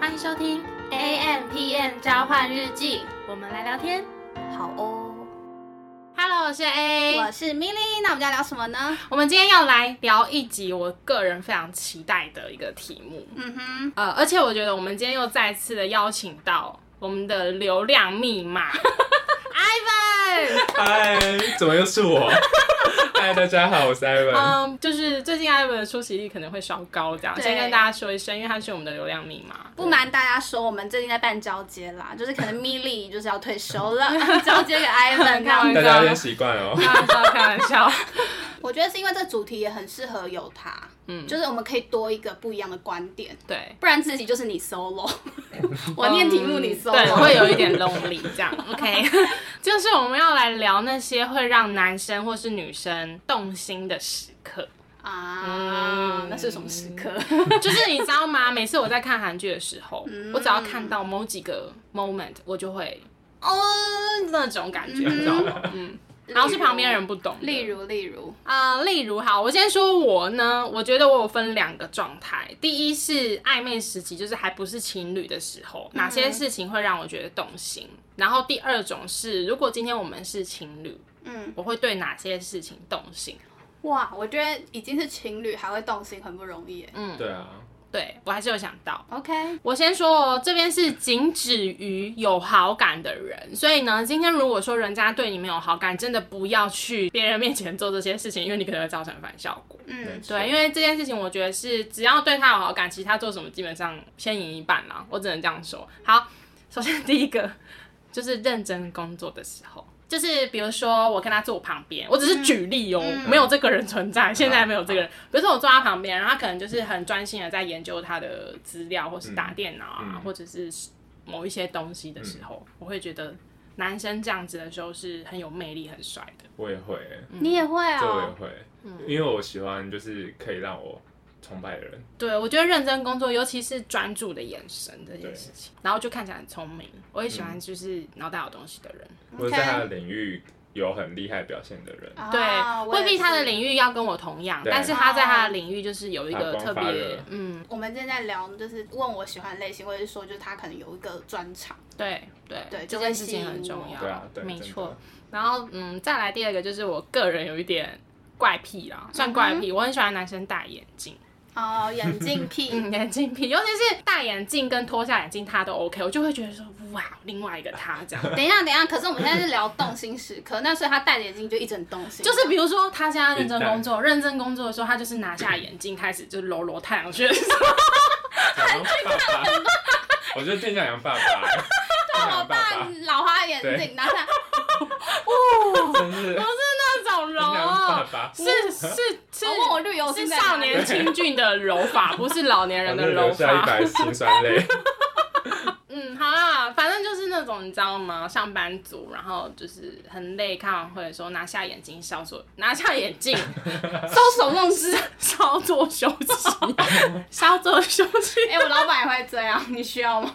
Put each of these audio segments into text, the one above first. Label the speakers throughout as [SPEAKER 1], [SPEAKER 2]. [SPEAKER 1] 欢迎收听 A M P M 交换日记，我们来聊天。
[SPEAKER 2] 好哦，
[SPEAKER 1] Hello，我是 A，
[SPEAKER 2] 我是 Milly，那我们要聊什么呢？
[SPEAKER 1] 我们今天要来聊一集我个人非常期待的一个题目。
[SPEAKER 2] 嗯哼，
[SPEAKER 1] 呃，而且我觉得我们今天又再次的邀请到我们的流量 密码 Ivan。
[SPEAKER 3] 嗨，怎么又是我？嗨，大家好，我是 Ivan。
[SPEAKER 1] 嗯，就是最近 Ivan 的出席率可能会稍高，这样
[SPEAKER 2] 对
[SPEAKER 1] 先跟大家说一声，因为他是我们的流量密码。
[SPEAKER 2] 不瞒大家说，我们最近在办交接啦，就是可能 Milly 就是要退休了， 交接给 Ivan 这样
[SPEAKER 1] 开玩
[SPEAKER 2] 子。
[SPEAKER 1] 笑
[SPEAKER 3] 大家有点习惯哦。
[SPEAKER 1] 开玩笑，开玩 笑。
[SPEAKER 2] 我觉得是因为这主题也很适合有他，
[SPEAKER 1] 嗯
[SPEAKER 2] 就是我们可以多一个不一样的观点，
[SPEAKER 1] 对，
[SPEAKER 2] 不然自己就是你 solo，我念题目你
[SPEAKER 1] 嗯对，
[SPEAKER 2] solo，
[SPEAKER 1] 会有一点 lonely 这样。OK，就是 我们要来聊那些会让男生或是女生动心的时刻。
[SPEAKER 2] 啊
[SPEAKER 1] 嗯，
[SPEAKER 2] 那是什么时刻？
[SPEAKER 1] 就是你知道吗？每次我在看韩剧的时候，
[SPEAKER 2] 嗯
[SPEAKER 1] 我只要看到某几个 moment，我就会哦那种感觉，你知道吗？嗯，然后是旁边人不懂的。
[SPEAKER 2] 例如，例如，
[SPEAKER 1] 啊、例如好，我先说我呢，我觉得我有分两个状态，第一是暧昧时期，就是还不是情侣的时候，
[SPEAKER 2] 嗯
[SPEAKER 1] 哪些事情会让我觉得动心。然后第二种是，如果今天我们是情侣，
[SPEAKER 2] 嗯，
[SPEAKER 1] 我会对哪些事情动心？
[SPEAKER 2] 哇，我觉得已经是情侣还会动心，很不容易耶。
[SPEAKER 3] 对啊，
[SPEAKER 1] 对我还是有想到。
[SPEAKER 2] OK，
[SPEAKER 1] 我先说哦，这边是仅止于有好感的人，所以呢，今天如果说人家对你没有好感，真的不要去别人面前做这些事情，因为你可能会造成反效果。
[SPEAKER 2] 嗯
[SPEAKER 3] 没，错
[SPEAKER 1] 对，因为这件事情，我觉得是只要对他有好感，其实他做什么基本上先赢一半啦，我只能这样说。好，首先第一个就是认真工作的时候。就是比如说，我跟他坐我旁边，我只是举例哦、没有这个人存在，现在没有这个人。比如说我坐他旁边，然后他可能就是很专心的在研究他的资料，或是打电脑啊，
[SPEAKER 3] 嗯
[SPEAKER 1] 或者是某一些东西的时候，我会觉得男生这样子的时候是很有魅力、很帅的。
[SPEAKER 3] 我也会，
[SPEAKER 2] 你也会
[SPEAKER 3] 这我也
[SPEAKER 2] 哦。
[SPEAKER 3] 会，因为我喜欢就是可以让我崇拜的人。
[SPEAKER 1] 对，我觉得认真工作，尤其是专注的眼神这件
[SPEAKER 3] 对嗯
[SPEAKER 1] 事情，然后就看起来很聪明。我也喜欢就是脑袋有东西的人，
[SPEAKER 3] 或者在他的领域有很厉害表现的人，
[SPEAKER 2] 啊
[SPEAKER 1] 对，未必他的。
[SPEAKER 2] 我也是哦
[SPEAKER 1] 领域要跟我同样，
[SPEAKER 3] 对
[SPEAKER 1] 但是他在他的领域就是有一个
[SPEAKER 3] 发光
[SPEAKER 1] 特
[SPEAKER 3] 发
[SPEAKER 1] 别
[SPEAKER 3] 热，
[SPEAKER 1] 嗯，
[SPEAKER 2] 我们今天在聊，就是问我喜欢的类型，或者是说，就是他可能有一个专长。
[SPEAKER 1] 对对
[SPEAKER 2] 对
[SPEAKER 1] 这
[SPEAKER 2] 这
[SPEAKER 1] 件
[SPEAKER 2] 件
[SPEAKER 1] 事
[SPEAKER 2] 事
[SPEAKER 1] 情
[SPEAKER 2] 情
[SPEAKER 1] 很
[SPEAKER 2] 很
[SPEAKER 1] 重
[SPEAKER 2] 重
[SPEAKER 1] 要，
[SPEAKER 2] 要
[SPEAKER 3] 对啊，对，
[SPEAKER 1] 没
[SPEAKER 3] 真的
[SPEAKER 1] 错。然后嗯，再来第二个就是我个人有一点怪癖啦，算
[SPEAKER 2] 嗯
[SPEAKER 1] 怪癖，我很喜欢男生戴眼镜。
[SPEAKER 2] 哦，眼镜癖，
[SPEAKER 1] 嗯，眼镜癖，尤其是戴眼镜跟脱下眼镜他都 OK，我就会觉得说哇，另外一个他这样。
[SPEAKER 2] 等一下，等一下，可是我们现在是聊动心时刻，那所以他戴着眼镜就一整动心，
[SPEAKER 1] 就是比如说，他现在认真工作，认真工作的时候，他就是拿下眼镜，开始就揉揉太阳穴，
[SPEAKER 3] 很爸爸， 我觉得变向阳爸爸，变
[SPEAKER 2] 啊我
[SPEAKER 3] 爸
[SPEAKER 2] 爸
[SPEAKER 3] 爸，
[SPEAKER 2] 老花眼
[SPEAKER 3] 对
[SPEAKER 2] 镜拿下，
[SPEAKER 3] 真是变
[SPEAKER 1] 那种揉
[SPEAKER 3] 向阳爸
[SPEAKER 1] 哦，
[SPEAKER 3] 爸。
[SPEAKER 1] 是是是，
[SPEAKER 2] 我哦问我绿油
[SPEAKER 1] 是
[SPEAKER 2] 精在哪
[SPEAKER 1] 少
[SPEAKER 2] 里
[SPEAKER 1] 年 清俊的揉法，不是老年人
[SPEAKER 3] 我
[SPEAKER 1] 的
[SPEAKER 3] 就
[SPEAKER 1] 揉
[SPEAKER 3] 留下一
[SPEAKER 1] 法。
[SPEAKER 3] 百辛酸泪，
[SPEAKER 1] 嗯，好啦，反正就是那种你知道吗？上班族，然后就是很累，开完会的时候拿下眼镜稍作，拿下眼镜
[SPEAKER 2] 搔首弄姿。
[SPEAKER 1] 稍作休 息， 稍作休息。
[SPEAKER 2] 哎，我老板也会这样，你需要吗？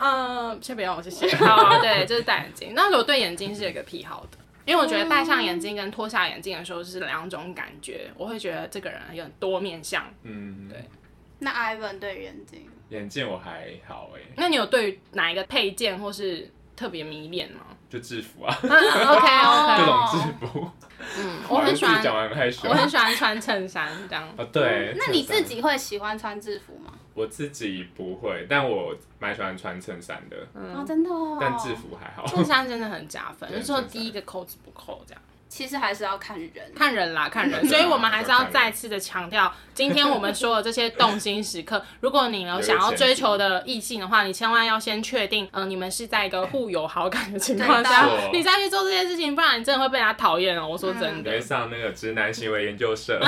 [SPEAKER 1] 嗯，先不用，谢谢。 好，对，就是戴眼镜。那我对眼镜是有一个癖好的，因为我觉得戴上眼镜跟脱下眼镜的时候是两种感觉，我会觉得这个人有很多面相。
[SPEAKER 3] 嗯，
[SPEAKER 1] 对
[SPEAKER 2] 那 Ivan 对眼镜，
[SPEAKER 3] 眼镜我还好哎，
[SPEAKER 1] 那你有对于哪一个配件或是特别迷恋 吗
[SPEAKER 3] 就制服啊，
[SPEAKER 1] ？OK
[SPEAKER 3] 各
[SPEAKER 1] OK，
[SPEAKER 3] 种制服，
[SPEAKER 1] 嗯我很喜
[SPEAKER 3] 好像自己
[SPEAKER 1] 欢，
[SPEAKER 3] 讲完很害羞
[SPEAKER 1] 我。嗯很喜欢穿衬衫这样。
[SPEAKER 3] 哦，对，
[SPEAKER 2] 那你
[SPEAKER 3] 衬
[SPEAKER 2] 自
[SPEAKER 3] 衫
[SPEAKER 2] 己会喜欢穿制服吗？
[SPEAKER 3] 我自己不会，但我蛮喜欢穿衬衫的，
[SPEAKER 2] 哦，真的哦。
[SPEAKER 3] 嗯但制服还好。
[SPEAKER 1] 衬衫真的很加分，
[SPEAKER 3] 对
[SPEAKER 1] 就是说
[SPEAKER 3] 衬衫
[SPEAKER 1] 第一个扣子不扣这样，
[SPEAKER 2] 其实还是要看人。
[SPEAKER 1] 看人啦，看人。
[SPEAKER 3] 对
[SPEAKER 1] 所以我们还是要
[SPEAKER 3] 看人
[SPEAKER 1] 再次的强调，今天我们说的这些动心时刻，如果你有想要追求的异性的话，你千万要先确定，嗯、你们是在一个互有好感的情况下
[SPEAKER 3] 对，的
[SPEAKER 1] 你再去做这件事情，不然你真的会被人家讨厌哦。我说真
[SPEAKER 3] 你
[SPEAKER 1] 的
[SPEAKER 3] 会，上那个直男行为研 究社，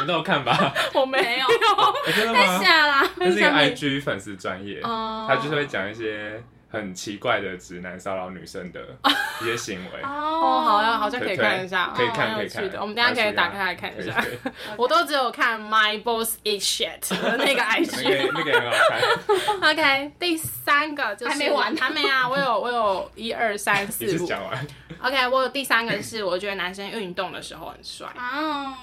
[SPEAKER 3] 你都有看吧？
[SPEAKER 1] 我没有。
[SPEAKER 3] 欸真的
[SPEAKER 2] 太
[SPEAKER 1] 啊
[SPEAKER 3] 吗？
[SPEAKER 2] 下啦，
[SPEAKER 3] 那是一个
[SPEAKER 1] 下面
[SPEAKER 3] IG 粉丝专业，
[SPEAKER 1] 哦
[SPEAKER 3] 他就是会讲一些很奇怪的直男骚扰女生的一些行为。
[SPEAKER 1] 哦，
[SPEAKER 2] 哦
[SPEAKER 1] 好像好像可以看一下，
[SPEAKER 3] 可以
[SPEAKER 1] 哦
[SPEAKER 3] 看，
[SPEAKER 1] 蛮
[SPEAKER 3] 可
[SPEAKER 1] 有
[SPEAKER 3] 以
[SPEAKER 1] 趣
[SPEAKER 3] 看
[SPEAKER 1] 的。我们等一下可以打开来 看一下
[SPEAKER 3] 可。以可以
[SPEAKER 1] 我都只有看 My Boss Is Shit 的那个 IG。
[SPEAKER 3] 那个那个也很好 看，
[SPEAKER 1] OK，第三个就是
[SPEAKER 2] 还没完
[SPEAKER 1] 还没啊，我有我有一二三四
[SPEAKER 3] 你是
[SPEAKER 1] 五。
[SPEAKER 3] 讲完
[SPEAKER 1] OK，我有第三个是我觉得男生运动的时候很帅，
[SPEAKER 2] 啊，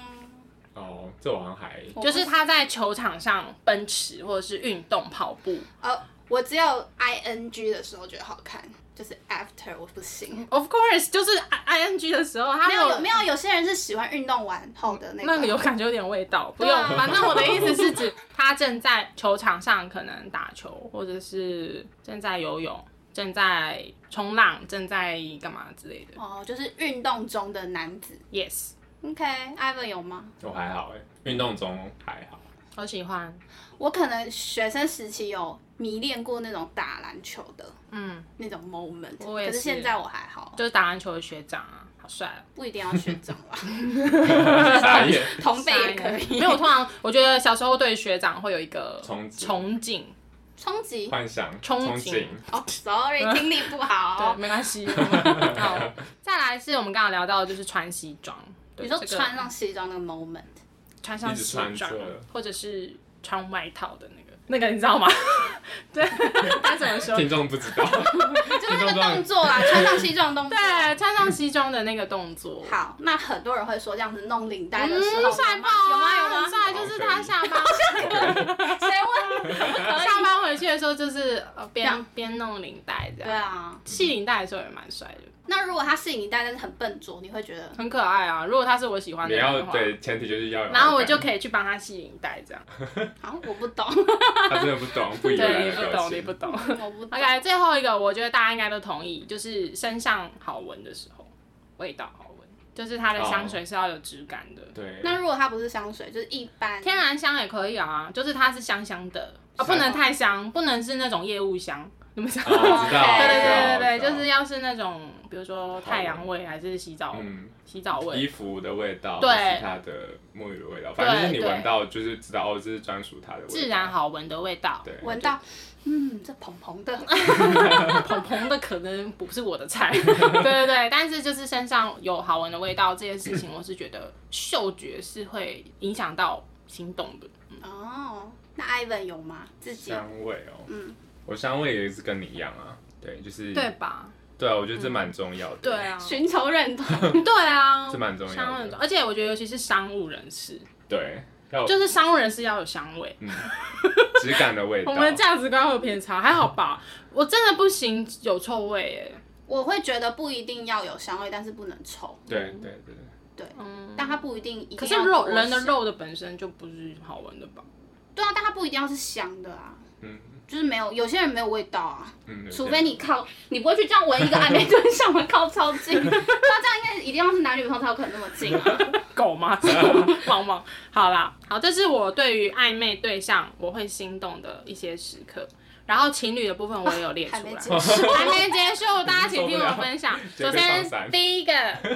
[SPEAKER 3] 哦，这我好像还
[SPEAKER 2] 我
[SPEAKER 1] 就是他在球场上奔驰或者是运动跑步。
[SPEAKER 2] 呃，我只有 I N G 的时候觉得好看，就是 after 我不行。
[SPEAKER 1] Of course，就是 I N G 的时候，他
[SPEAKER 2] 啊没有有没有有些人是喜欢运动完后的那个，
[SPEAKER 1] 那个有感觉有点味道，不
[SPEAKER 2] 对
[SPEAKER 1] 用。
[SPEAKER 2] 啊
[SPEAKER 1] 反正我的意思是指他正在球场上可能打球，或者是正在游泳、正在冲浪、正在干嘛之类的。
[SPEAKER 2] 哦，就是运动中的男子。
[SPEAKER 1] Yes，
[SPEAKER 2] OK，Ivan、有吗？
[SPEAKER 3] 我还好哎，运动中 还好。
[SPEAKER 1] 我喜欢。
[SPEAKER 2] 我可能学生时期有迷恋过那种打篮球的
[SPEAKER 1] 嗯，
[SPEAKER 2] 那种 moment，
[SPEAKER 1] 我也
[SPEAKER 2] 可是
[SPEAKER 1] 是
[SPEAKER 2] 现在我还好，
[SPEAKER 1] 就是打篮球的学长啊，好帅啊！
[SPEAKER 2] 不一定要学长 啦，
[SPEAKER 3] 傻眼，
[SPEAKER 2] 同辈也可以。
[SPEAKER 1] 没有，通常我觉得小时候对学长会有一个
[SPEAKER 3] 憧憬
[SPEAKER 1] 憧憬，
[SPEAKER 2] 冲 击
[SPEAKER 3] 幻想、
[SPEAKER 1] 憧
[SPEAKER 3] 憧
[SPEAKER 1] 憬
[SPEAKER 3] 憬，
[SPEAKER 2] 哦，sorry，听 力不
[SPEAKER 1] 对，
[SPEAKER 2] 好。
[SPEAKER 1] 没 关系。好，再来是我们刚刚聊到的就是穿西装，对
[SPEAKER 2] 你说
[SPEAKER 1] 这个嗯
[SPEAKER 2] 穿上西装的 moment，
[SPEAKER 1] 穿上
[SPEAKER 3] 一直
[SPEAKER 1] 西
[SPEAKER 3] 穿
[SPEAKER 1] 装
[SPEAKER 3] 着，
[SPEAKER 1] 或者是穿外套的那个，那个你知 道吗？对，他怎么说？
[SPEAKER 3] 听众不知 道，
[SPEAKER 2] 就是那个动作啦，穿上西装的动作。
[SPEAKER 1] 对，穿上西装的那个动作。
[SPEAKER 2] 好，那很多人会说这样子弄领带
[SPEAKER 1] 嗯，
[SPEAKER 2] 的时候，
[SPEAKER 1] 帅爆
[SPEAKER 2] 有吗？
[SPEAKER 1] 啊
[SPEAKER 2] 有吗？
[SPEAKER 1] 很帅，就是他下班
[SPEAKER 2] 谁问？
[SPEAKER 1] 下班回去的时候，就是呃
[SPEAKER 2] 这
[SPEAKER 1] 边
[SPEAKER 2] 样
[SPEAKER 1] 边弄领带 这
[SPEAKER 2] 对
[SPEAKER 1] 样。
[SPEAKER 2] 啊，
[SPEAKER 1] 系领带的时候也蛮帅的，
[SPEAKER 2] 那如果他是领带，但是很笨拙，你会觉得
[SPEAKER 1] 很可爱啊。如果他是我喜欢的
[SPEAKER 3] 你
[SPEAKER 1] 人
[SPEAKER 3] 要
[SPEAKER 1] 的话，
[SPEAKER 3] 对，前提就是要有好感。
[SPEAKER 1] 然后我就可以去帮他系领带这样。
[SPEAKER 2] 啊，我不懂，
[SPEAKER 3] 他真的不懂，不以为
[SPEAKER 1] 对，
[SPEAKER 3] 然
[SPEAKER 1] 你
[SPEAKER 3] 的
[SPEAKER 1] 不
[SPEAKER 3] 表
[SPEAKER 1] 懂，你
[SPEAKER 3] 情
[SPEAKER 1] 不。懂。
[SPEAKER 2] 我不懂。
[SPEAKER 1] OK，最后一个我觉得大家应该都同意，就是身上好闻的时候，味道好闻，就是它的香水是要有质感的，
[SPEAKER 3] 对，
[SPEAKER 2] 那如果它不是香水，就是一般，
[SPEAKER 1] 天然香也可以啊，就是它是香香的啊、
[SPEAKER 3] 香
[SPEAKER 1] 不能太香，不能是那种业务香，你们 知道
[SPEAKER 3] 哦我
[SPEAKER 1] 吗？
[SPEAKER 3] 知道，
[SPEAKER 1] 对对
[SPEAKER 3] 我
[SPEAKER 1] 对
[SPEAKER 3] 知
[SPEAKER 1] 对
[SPEAKER 3] 道
[SPEAKER 1] 对，
[SPEAKER 3] 我知道
[SPEAKER 1] 就是要是那种，比如说太阳味还是洗澡、
[SPEAKER 3] 嗯，
[SPEAKER 1] 洗澡味，
[SPEAKER 3] 衣服的味道，
[SPEAKER 1] 对
[SPEAKER 3] 或是它的沐浴的味道，反正就是你闻到就是知道哦，这是专属它的味道，
[SPEAKER 1] 自然好闻的味道，
[SPEAKER 3] 对，
[SPEAKER 2] 闻到，嗯，这蓬蓬 的，
[SPEAKER 1] 蓬蓬的可能不是我的 菜，对对对，但是就是身上有好闻的味道这件事情，我是觉得嗅觉是会影响到心动的。
[SPEAKER 2] 哦，那 Ivan 有吗？自己
[SPEAKER 3] 香味哦，
[SPEAKER 2] 嗯，
[SPEAKER 3] 我香味也是跟你一样啊，对，就是
[SPEAKER 1] 对吧？
[SPEAKER 3] 对啊，我觉得这蛮重要的，
[SPEAKER 1] 对，啊，
[SPEAKER 2] 寻求认同，
[SPEAKER 1] 对啊，
[SPEAKER 3] 这蛮重要的
[SPEAKER 1] 香味的，而且我觉得尤其是商务人士，
[SPEAKER 3] 对，要
[SPEAKER 1] 就是商务人士要有香味。
[SPEAKER 3] 嗯，啊质感的味道，
[SPEAKER 1] 我们的价值观会有偏差，还好吧？我真的不行有臭味哎，
[SPEAKER 2] 我会觉得不一定要有香味，但是不能臭，
[SPEAKER 3] 对对对，
[SPEAKER 2] 对，
[SPEAKER 1] 嗯，
[SPEAKER 2] 但它不一定一定
[SPEAKER 1] 可是
[SPEAKER 2] 要
[SPEAKER 1] 肉
[SPEAKER 2] 多
[SPEAKER 1] 人的
[SPEAKER 2] 香，
[SPEAKER 1] 肉的本身就不是好闻的吧？
[SPEAKER 2] 对啊，但它不一定要是香的啊，
[SPEAKER 3] 嗯
[SPEAKER 2] 就是没有，有些人没有味道啊，
[SPEAKER 3] 嗯，有
[SPEAKER 2] 除
[SPEAKER 3] 些
[SPEAKER 2] 非你靠，你不会去这样闻一个暧昧对象吗？靠超 近，那这样应该一定要是男女朋友才有可能那么近啊。
[SPEAKER 1] 狗吗？汪汪。好啦，好，这是我对于暧昧对象我会心动的一些时刻。然后情侣的部分我也有列出来，
[SPEAKER 2] 还没结束
[SPEAKER 1] 还没结束，大家请听我分享。
[SPEAKER 3] 绝
[SPEAKER 1] 首
[SPEAKER 3] 对上
[SPEAKER 1] 先
[SPEAKER 3] 山
[SPEAKER 1] 第一个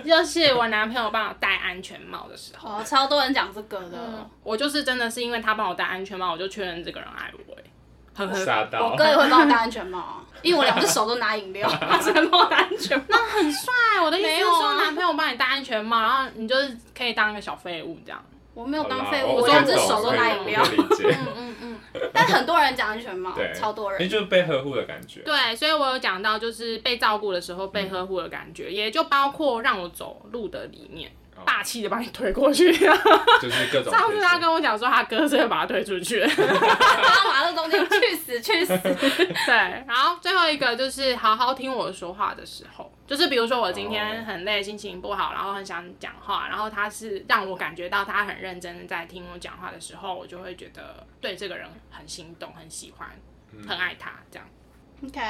[SPEAKER 1] 就是我男朋友帮我戴安全帽的时候，
[SPEAKER 2] 哦，超多人讲这个的，
[SPEAKER 1] 我就是真的是因为他帮我戴安全帽，我就确认这个人爱我、欸，很很
[SPEAKER 3] 吓到，
[SPEAKER 2] 我哥也会帮我戴安全帽啊，因为我两只手都拿饮 料，他只能帮我戴安全帽。
[SPEAKER 1] 很帅。我的意思是
[SPEAKER 2] 没有啊
[SPEAKER 1] 说，男朋友帮你戴安全帽，然后你就是可以当一个小废物这样。
[SPEAKER 2] 我没有
[SPEAKER 3] 好啦
[SPEAKER 2] 当废物，
[SPEAKER 3] 我
[SPEAKER 2] 我
[SPEAKER 1] 懂
[SPEAKER 2] 两只
[SPEAKER 1] 我
[SPEAKER 2] 手都
[SPEAKER 1] 可以
[SPEAKER 2] 拿
[SPEAKER 1] 我
[SPEAKER 2] 饮料
[SPEAKER 3] 我。可以理解，
[SPEAKER 1] 嗯嗯。
[SPEAKER 2] 但很多人讲安全帽
[SPEAKER 3] 对，，
[SPEAKER 2] 超多
[SPEAKER 3] 因为
[SPEAKER 2] 人。
[SPEAKER 3] 就是被呵护的感觉，
[SPEAKER 1] 对，所以我有讲到，就是被照顾的时候被呵护的感觉，也就包括让我走路的理念，
[SPEAKER 3] 哦
[SPEAKER 1] 霸气的把你推过去。啊
[SPEAKER 3] 就是各 种
[SPEAKER 1] 上次他
[SPEAKER 3] 贴心
[SPEAKER 1] 跟我讲说，他哥是会把他推出去。
[SPEAKER 2] 他马路中间去死去死，
[SPEAKER 1] 对，然后最后一个就是好好听我说话的时候，就是比如说我今天很累，心情不好，然后很想讲话，然后他是让我感觉到他很认真的在听我讲话的时候，我就会觉得对这个人很心动、很喜欢、嗯很爱他这样。
[SPEAKER 2] OK，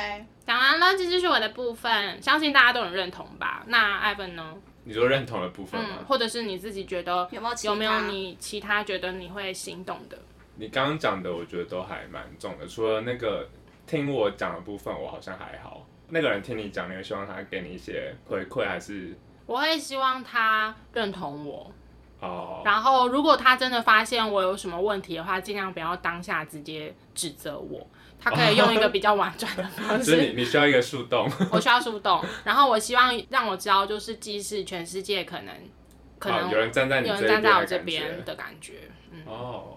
[SPEAKER 1] 讲完了，这就是我的部分，相信大家都很认同吧？那艾文呢？
[SPEAKER 3] 你说认同的部分
[SPEAKER 1] 嗯，
[SPEAKER 3] 吗？
[SPEAKER 1] 或者是你自己觉得
[SPEAKER 2] 有没有其他
[SPEAKER 1] 有没有你其他觉得你会心动的？
[SPEAKER 3] 你刚刚讲的，我觉得都还蛮重的，除了那个听我讲的部分，我好像还好。那个人听你讲，你会希望他给你一些回馈，还是
[SPEAKER 1] 我会希望他认同我，
[SPEAKER 3] 哦？
[SPEAKER 1] 然后如果他真的发现我有什么问题的话，尽量不要当下直接指责我，他可以用一个比较婉转的 方
[SPEAKER 3] 就是
[SPEAKER 1] 式。
[SPEAKER 3] 你，你需要一个树洞，
[SPEAKER 1] 我需要树洞，然后我希望让我知道，就是即使全世界可能可 能
[SPEAKER 3] 哦有人站在你
[SPEAKER 1] 有
[SPEAKER 3] 这
[SPEAKER 1] 人
[SPEAKER 3] 一
[SPEAKER 1] 站在我
[SPEAKER 3] 的
[SPEAKER 1] 这
[SPEAKER 3] 感
[SPEAKER 1] 边
[SPEAKER 3] 觉
[SPEAKER 1] 的感觉，嗯。
[SPEAKER 3] 哦，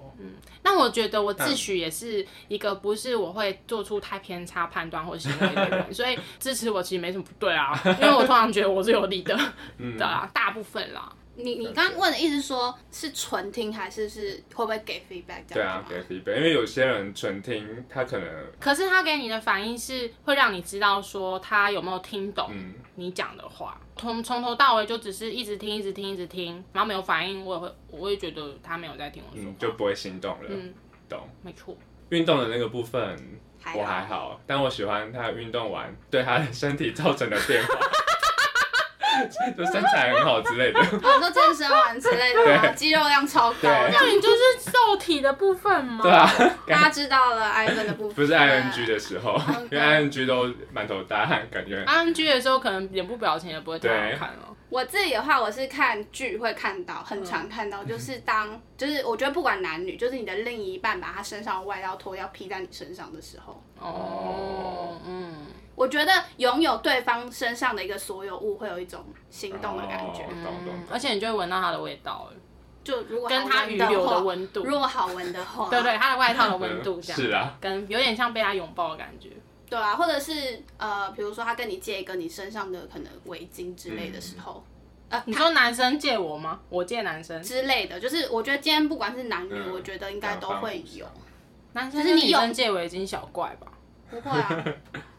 [SPEAKER 1] 但我觉得我
[SPEAKER 3] 嗯
[SPEAKER 1] 自诩也是一个不是我会做出太偏差判断或行为的 人，所以
[SPEAKER 3] 嗯
[SPEAKER 1] 支持我其实没什么不对啊，因为我通常觉得我是有理的，对啊，大部分啦。
[SPEAKER 2] 你你刚问的意思是说，是纯听还是是会不会给 feedback 这
[SPEAKER 3] 对
[SPEAKER 2] 样
[SPEAKER 3] 啊，
[SPEAKER 2] 子
[SPEAKER 3] 给
[SPEAKER 2] 吗？
[SPEAKER 3] feedback，因为有些人纯听，他可能
[SPEAKER 1] 可是他给你的反应是会让你知道说他有没有听懂
[SPEAKER 3] 嗯，
[SPEAKER 1] 你讲的话，从从头到尾就只是一直听，一直听，一直听，然后没有反应，我也会我也觉得他没有在听我说
[SPEAKER 3] 嗯
[SPEAKER 1] 话，
[SPEAKER 3] 就不会心动了。
[SPEAKER 1] 嗯，
[SPEAKER 3] 懂。
[SPEAKER 1] 没错，
[SPEAKER 3] 运动的那个部分
[SPEAKER 2] 还
[SPEAKER 3] 啊我
[SPEAKER 2] 好
[SPEAKER 3] 还好，但我喜欢他运动完对他的身体造成的 变化，就身材很好之类的。
[SPEAKER 2] 哦，说健身完之类的吗，
[SPEAKER 3] 对
[SPEAKER 2] 肌肉量超高，
[SPEAKER 3] 对
[SPEAKER 1] 那你就是肉体的部分吗？
[SPEAKER 3] 对啊，
[SPEAKER 2] 大家知道了 Ivan 的部分，
[SPEAKER 3] 不是 ING 的时候，因为
[SPEAKER 2] 哦对啊
[SPEAKER 3] ING 都满头大汗，感觉
[SPEAKER 1] RNG 的时候可能脸部表情也不会太好看哦。
[SPEAKER 2] 我自己的话，我是看剧会看到，很常
[SPEAKER 1] 嗯
[SPEAKER 2] 看到，就是当就是我觉得不管男女，就是你的另一半把他身上的外套脱掉披在你身上的时候，
[SPEAKER 1] 哦，嗯，
[SPEAKER 2] 我觉得拥有对方身上的一个所有物，会有一种心动的感觉。
[SPEAKER 3] 哦懂懂懂
[SPEAKER 1] 嗯而且你就会闻到它的味道，
[SPEAKER 2] 就如果好
[SPEAKER 1] 跟
[SPEAKER 2] 闻
[SPEAKER 1] 它余留
[SPEAKER 2] 话
[SPEAKER 1] 的温度，
[SPEAKER 2] 如果啊好闻的话，
[SPEAKER 1] 对对，它的外套的温度这样，
[SPEAKER 3] 是啊，
[SPEAKER 1] 跟有点像被它拥抱的感觉。
[SPEAKER 2] 对啊，或者是呃，比如说他跟你借一个你身上的可能围巾之类的时
[SPEAKER 3] 嗯
[SPEAKER 2] 候，呃，
[SPEAKER 1] 你说男生借我吗？我借男生，
[SPEAKER 2] 之类的，就是我觉得今天不管是男女，
[SPEAKER 3] 嗯
[SPEAKER 2] 我觉得应该都会有。
[SPEAKER 1] 男
[SPEAKER 2] 就
[SPEAKER 1] 生
[SPEAKER 2] 是你
[SPEAKER 1] 女
[SPEAKER 2] 有
[SPEAKER 1] 生借围巾小怪吧？
[SPEAKER 2] 不会啊，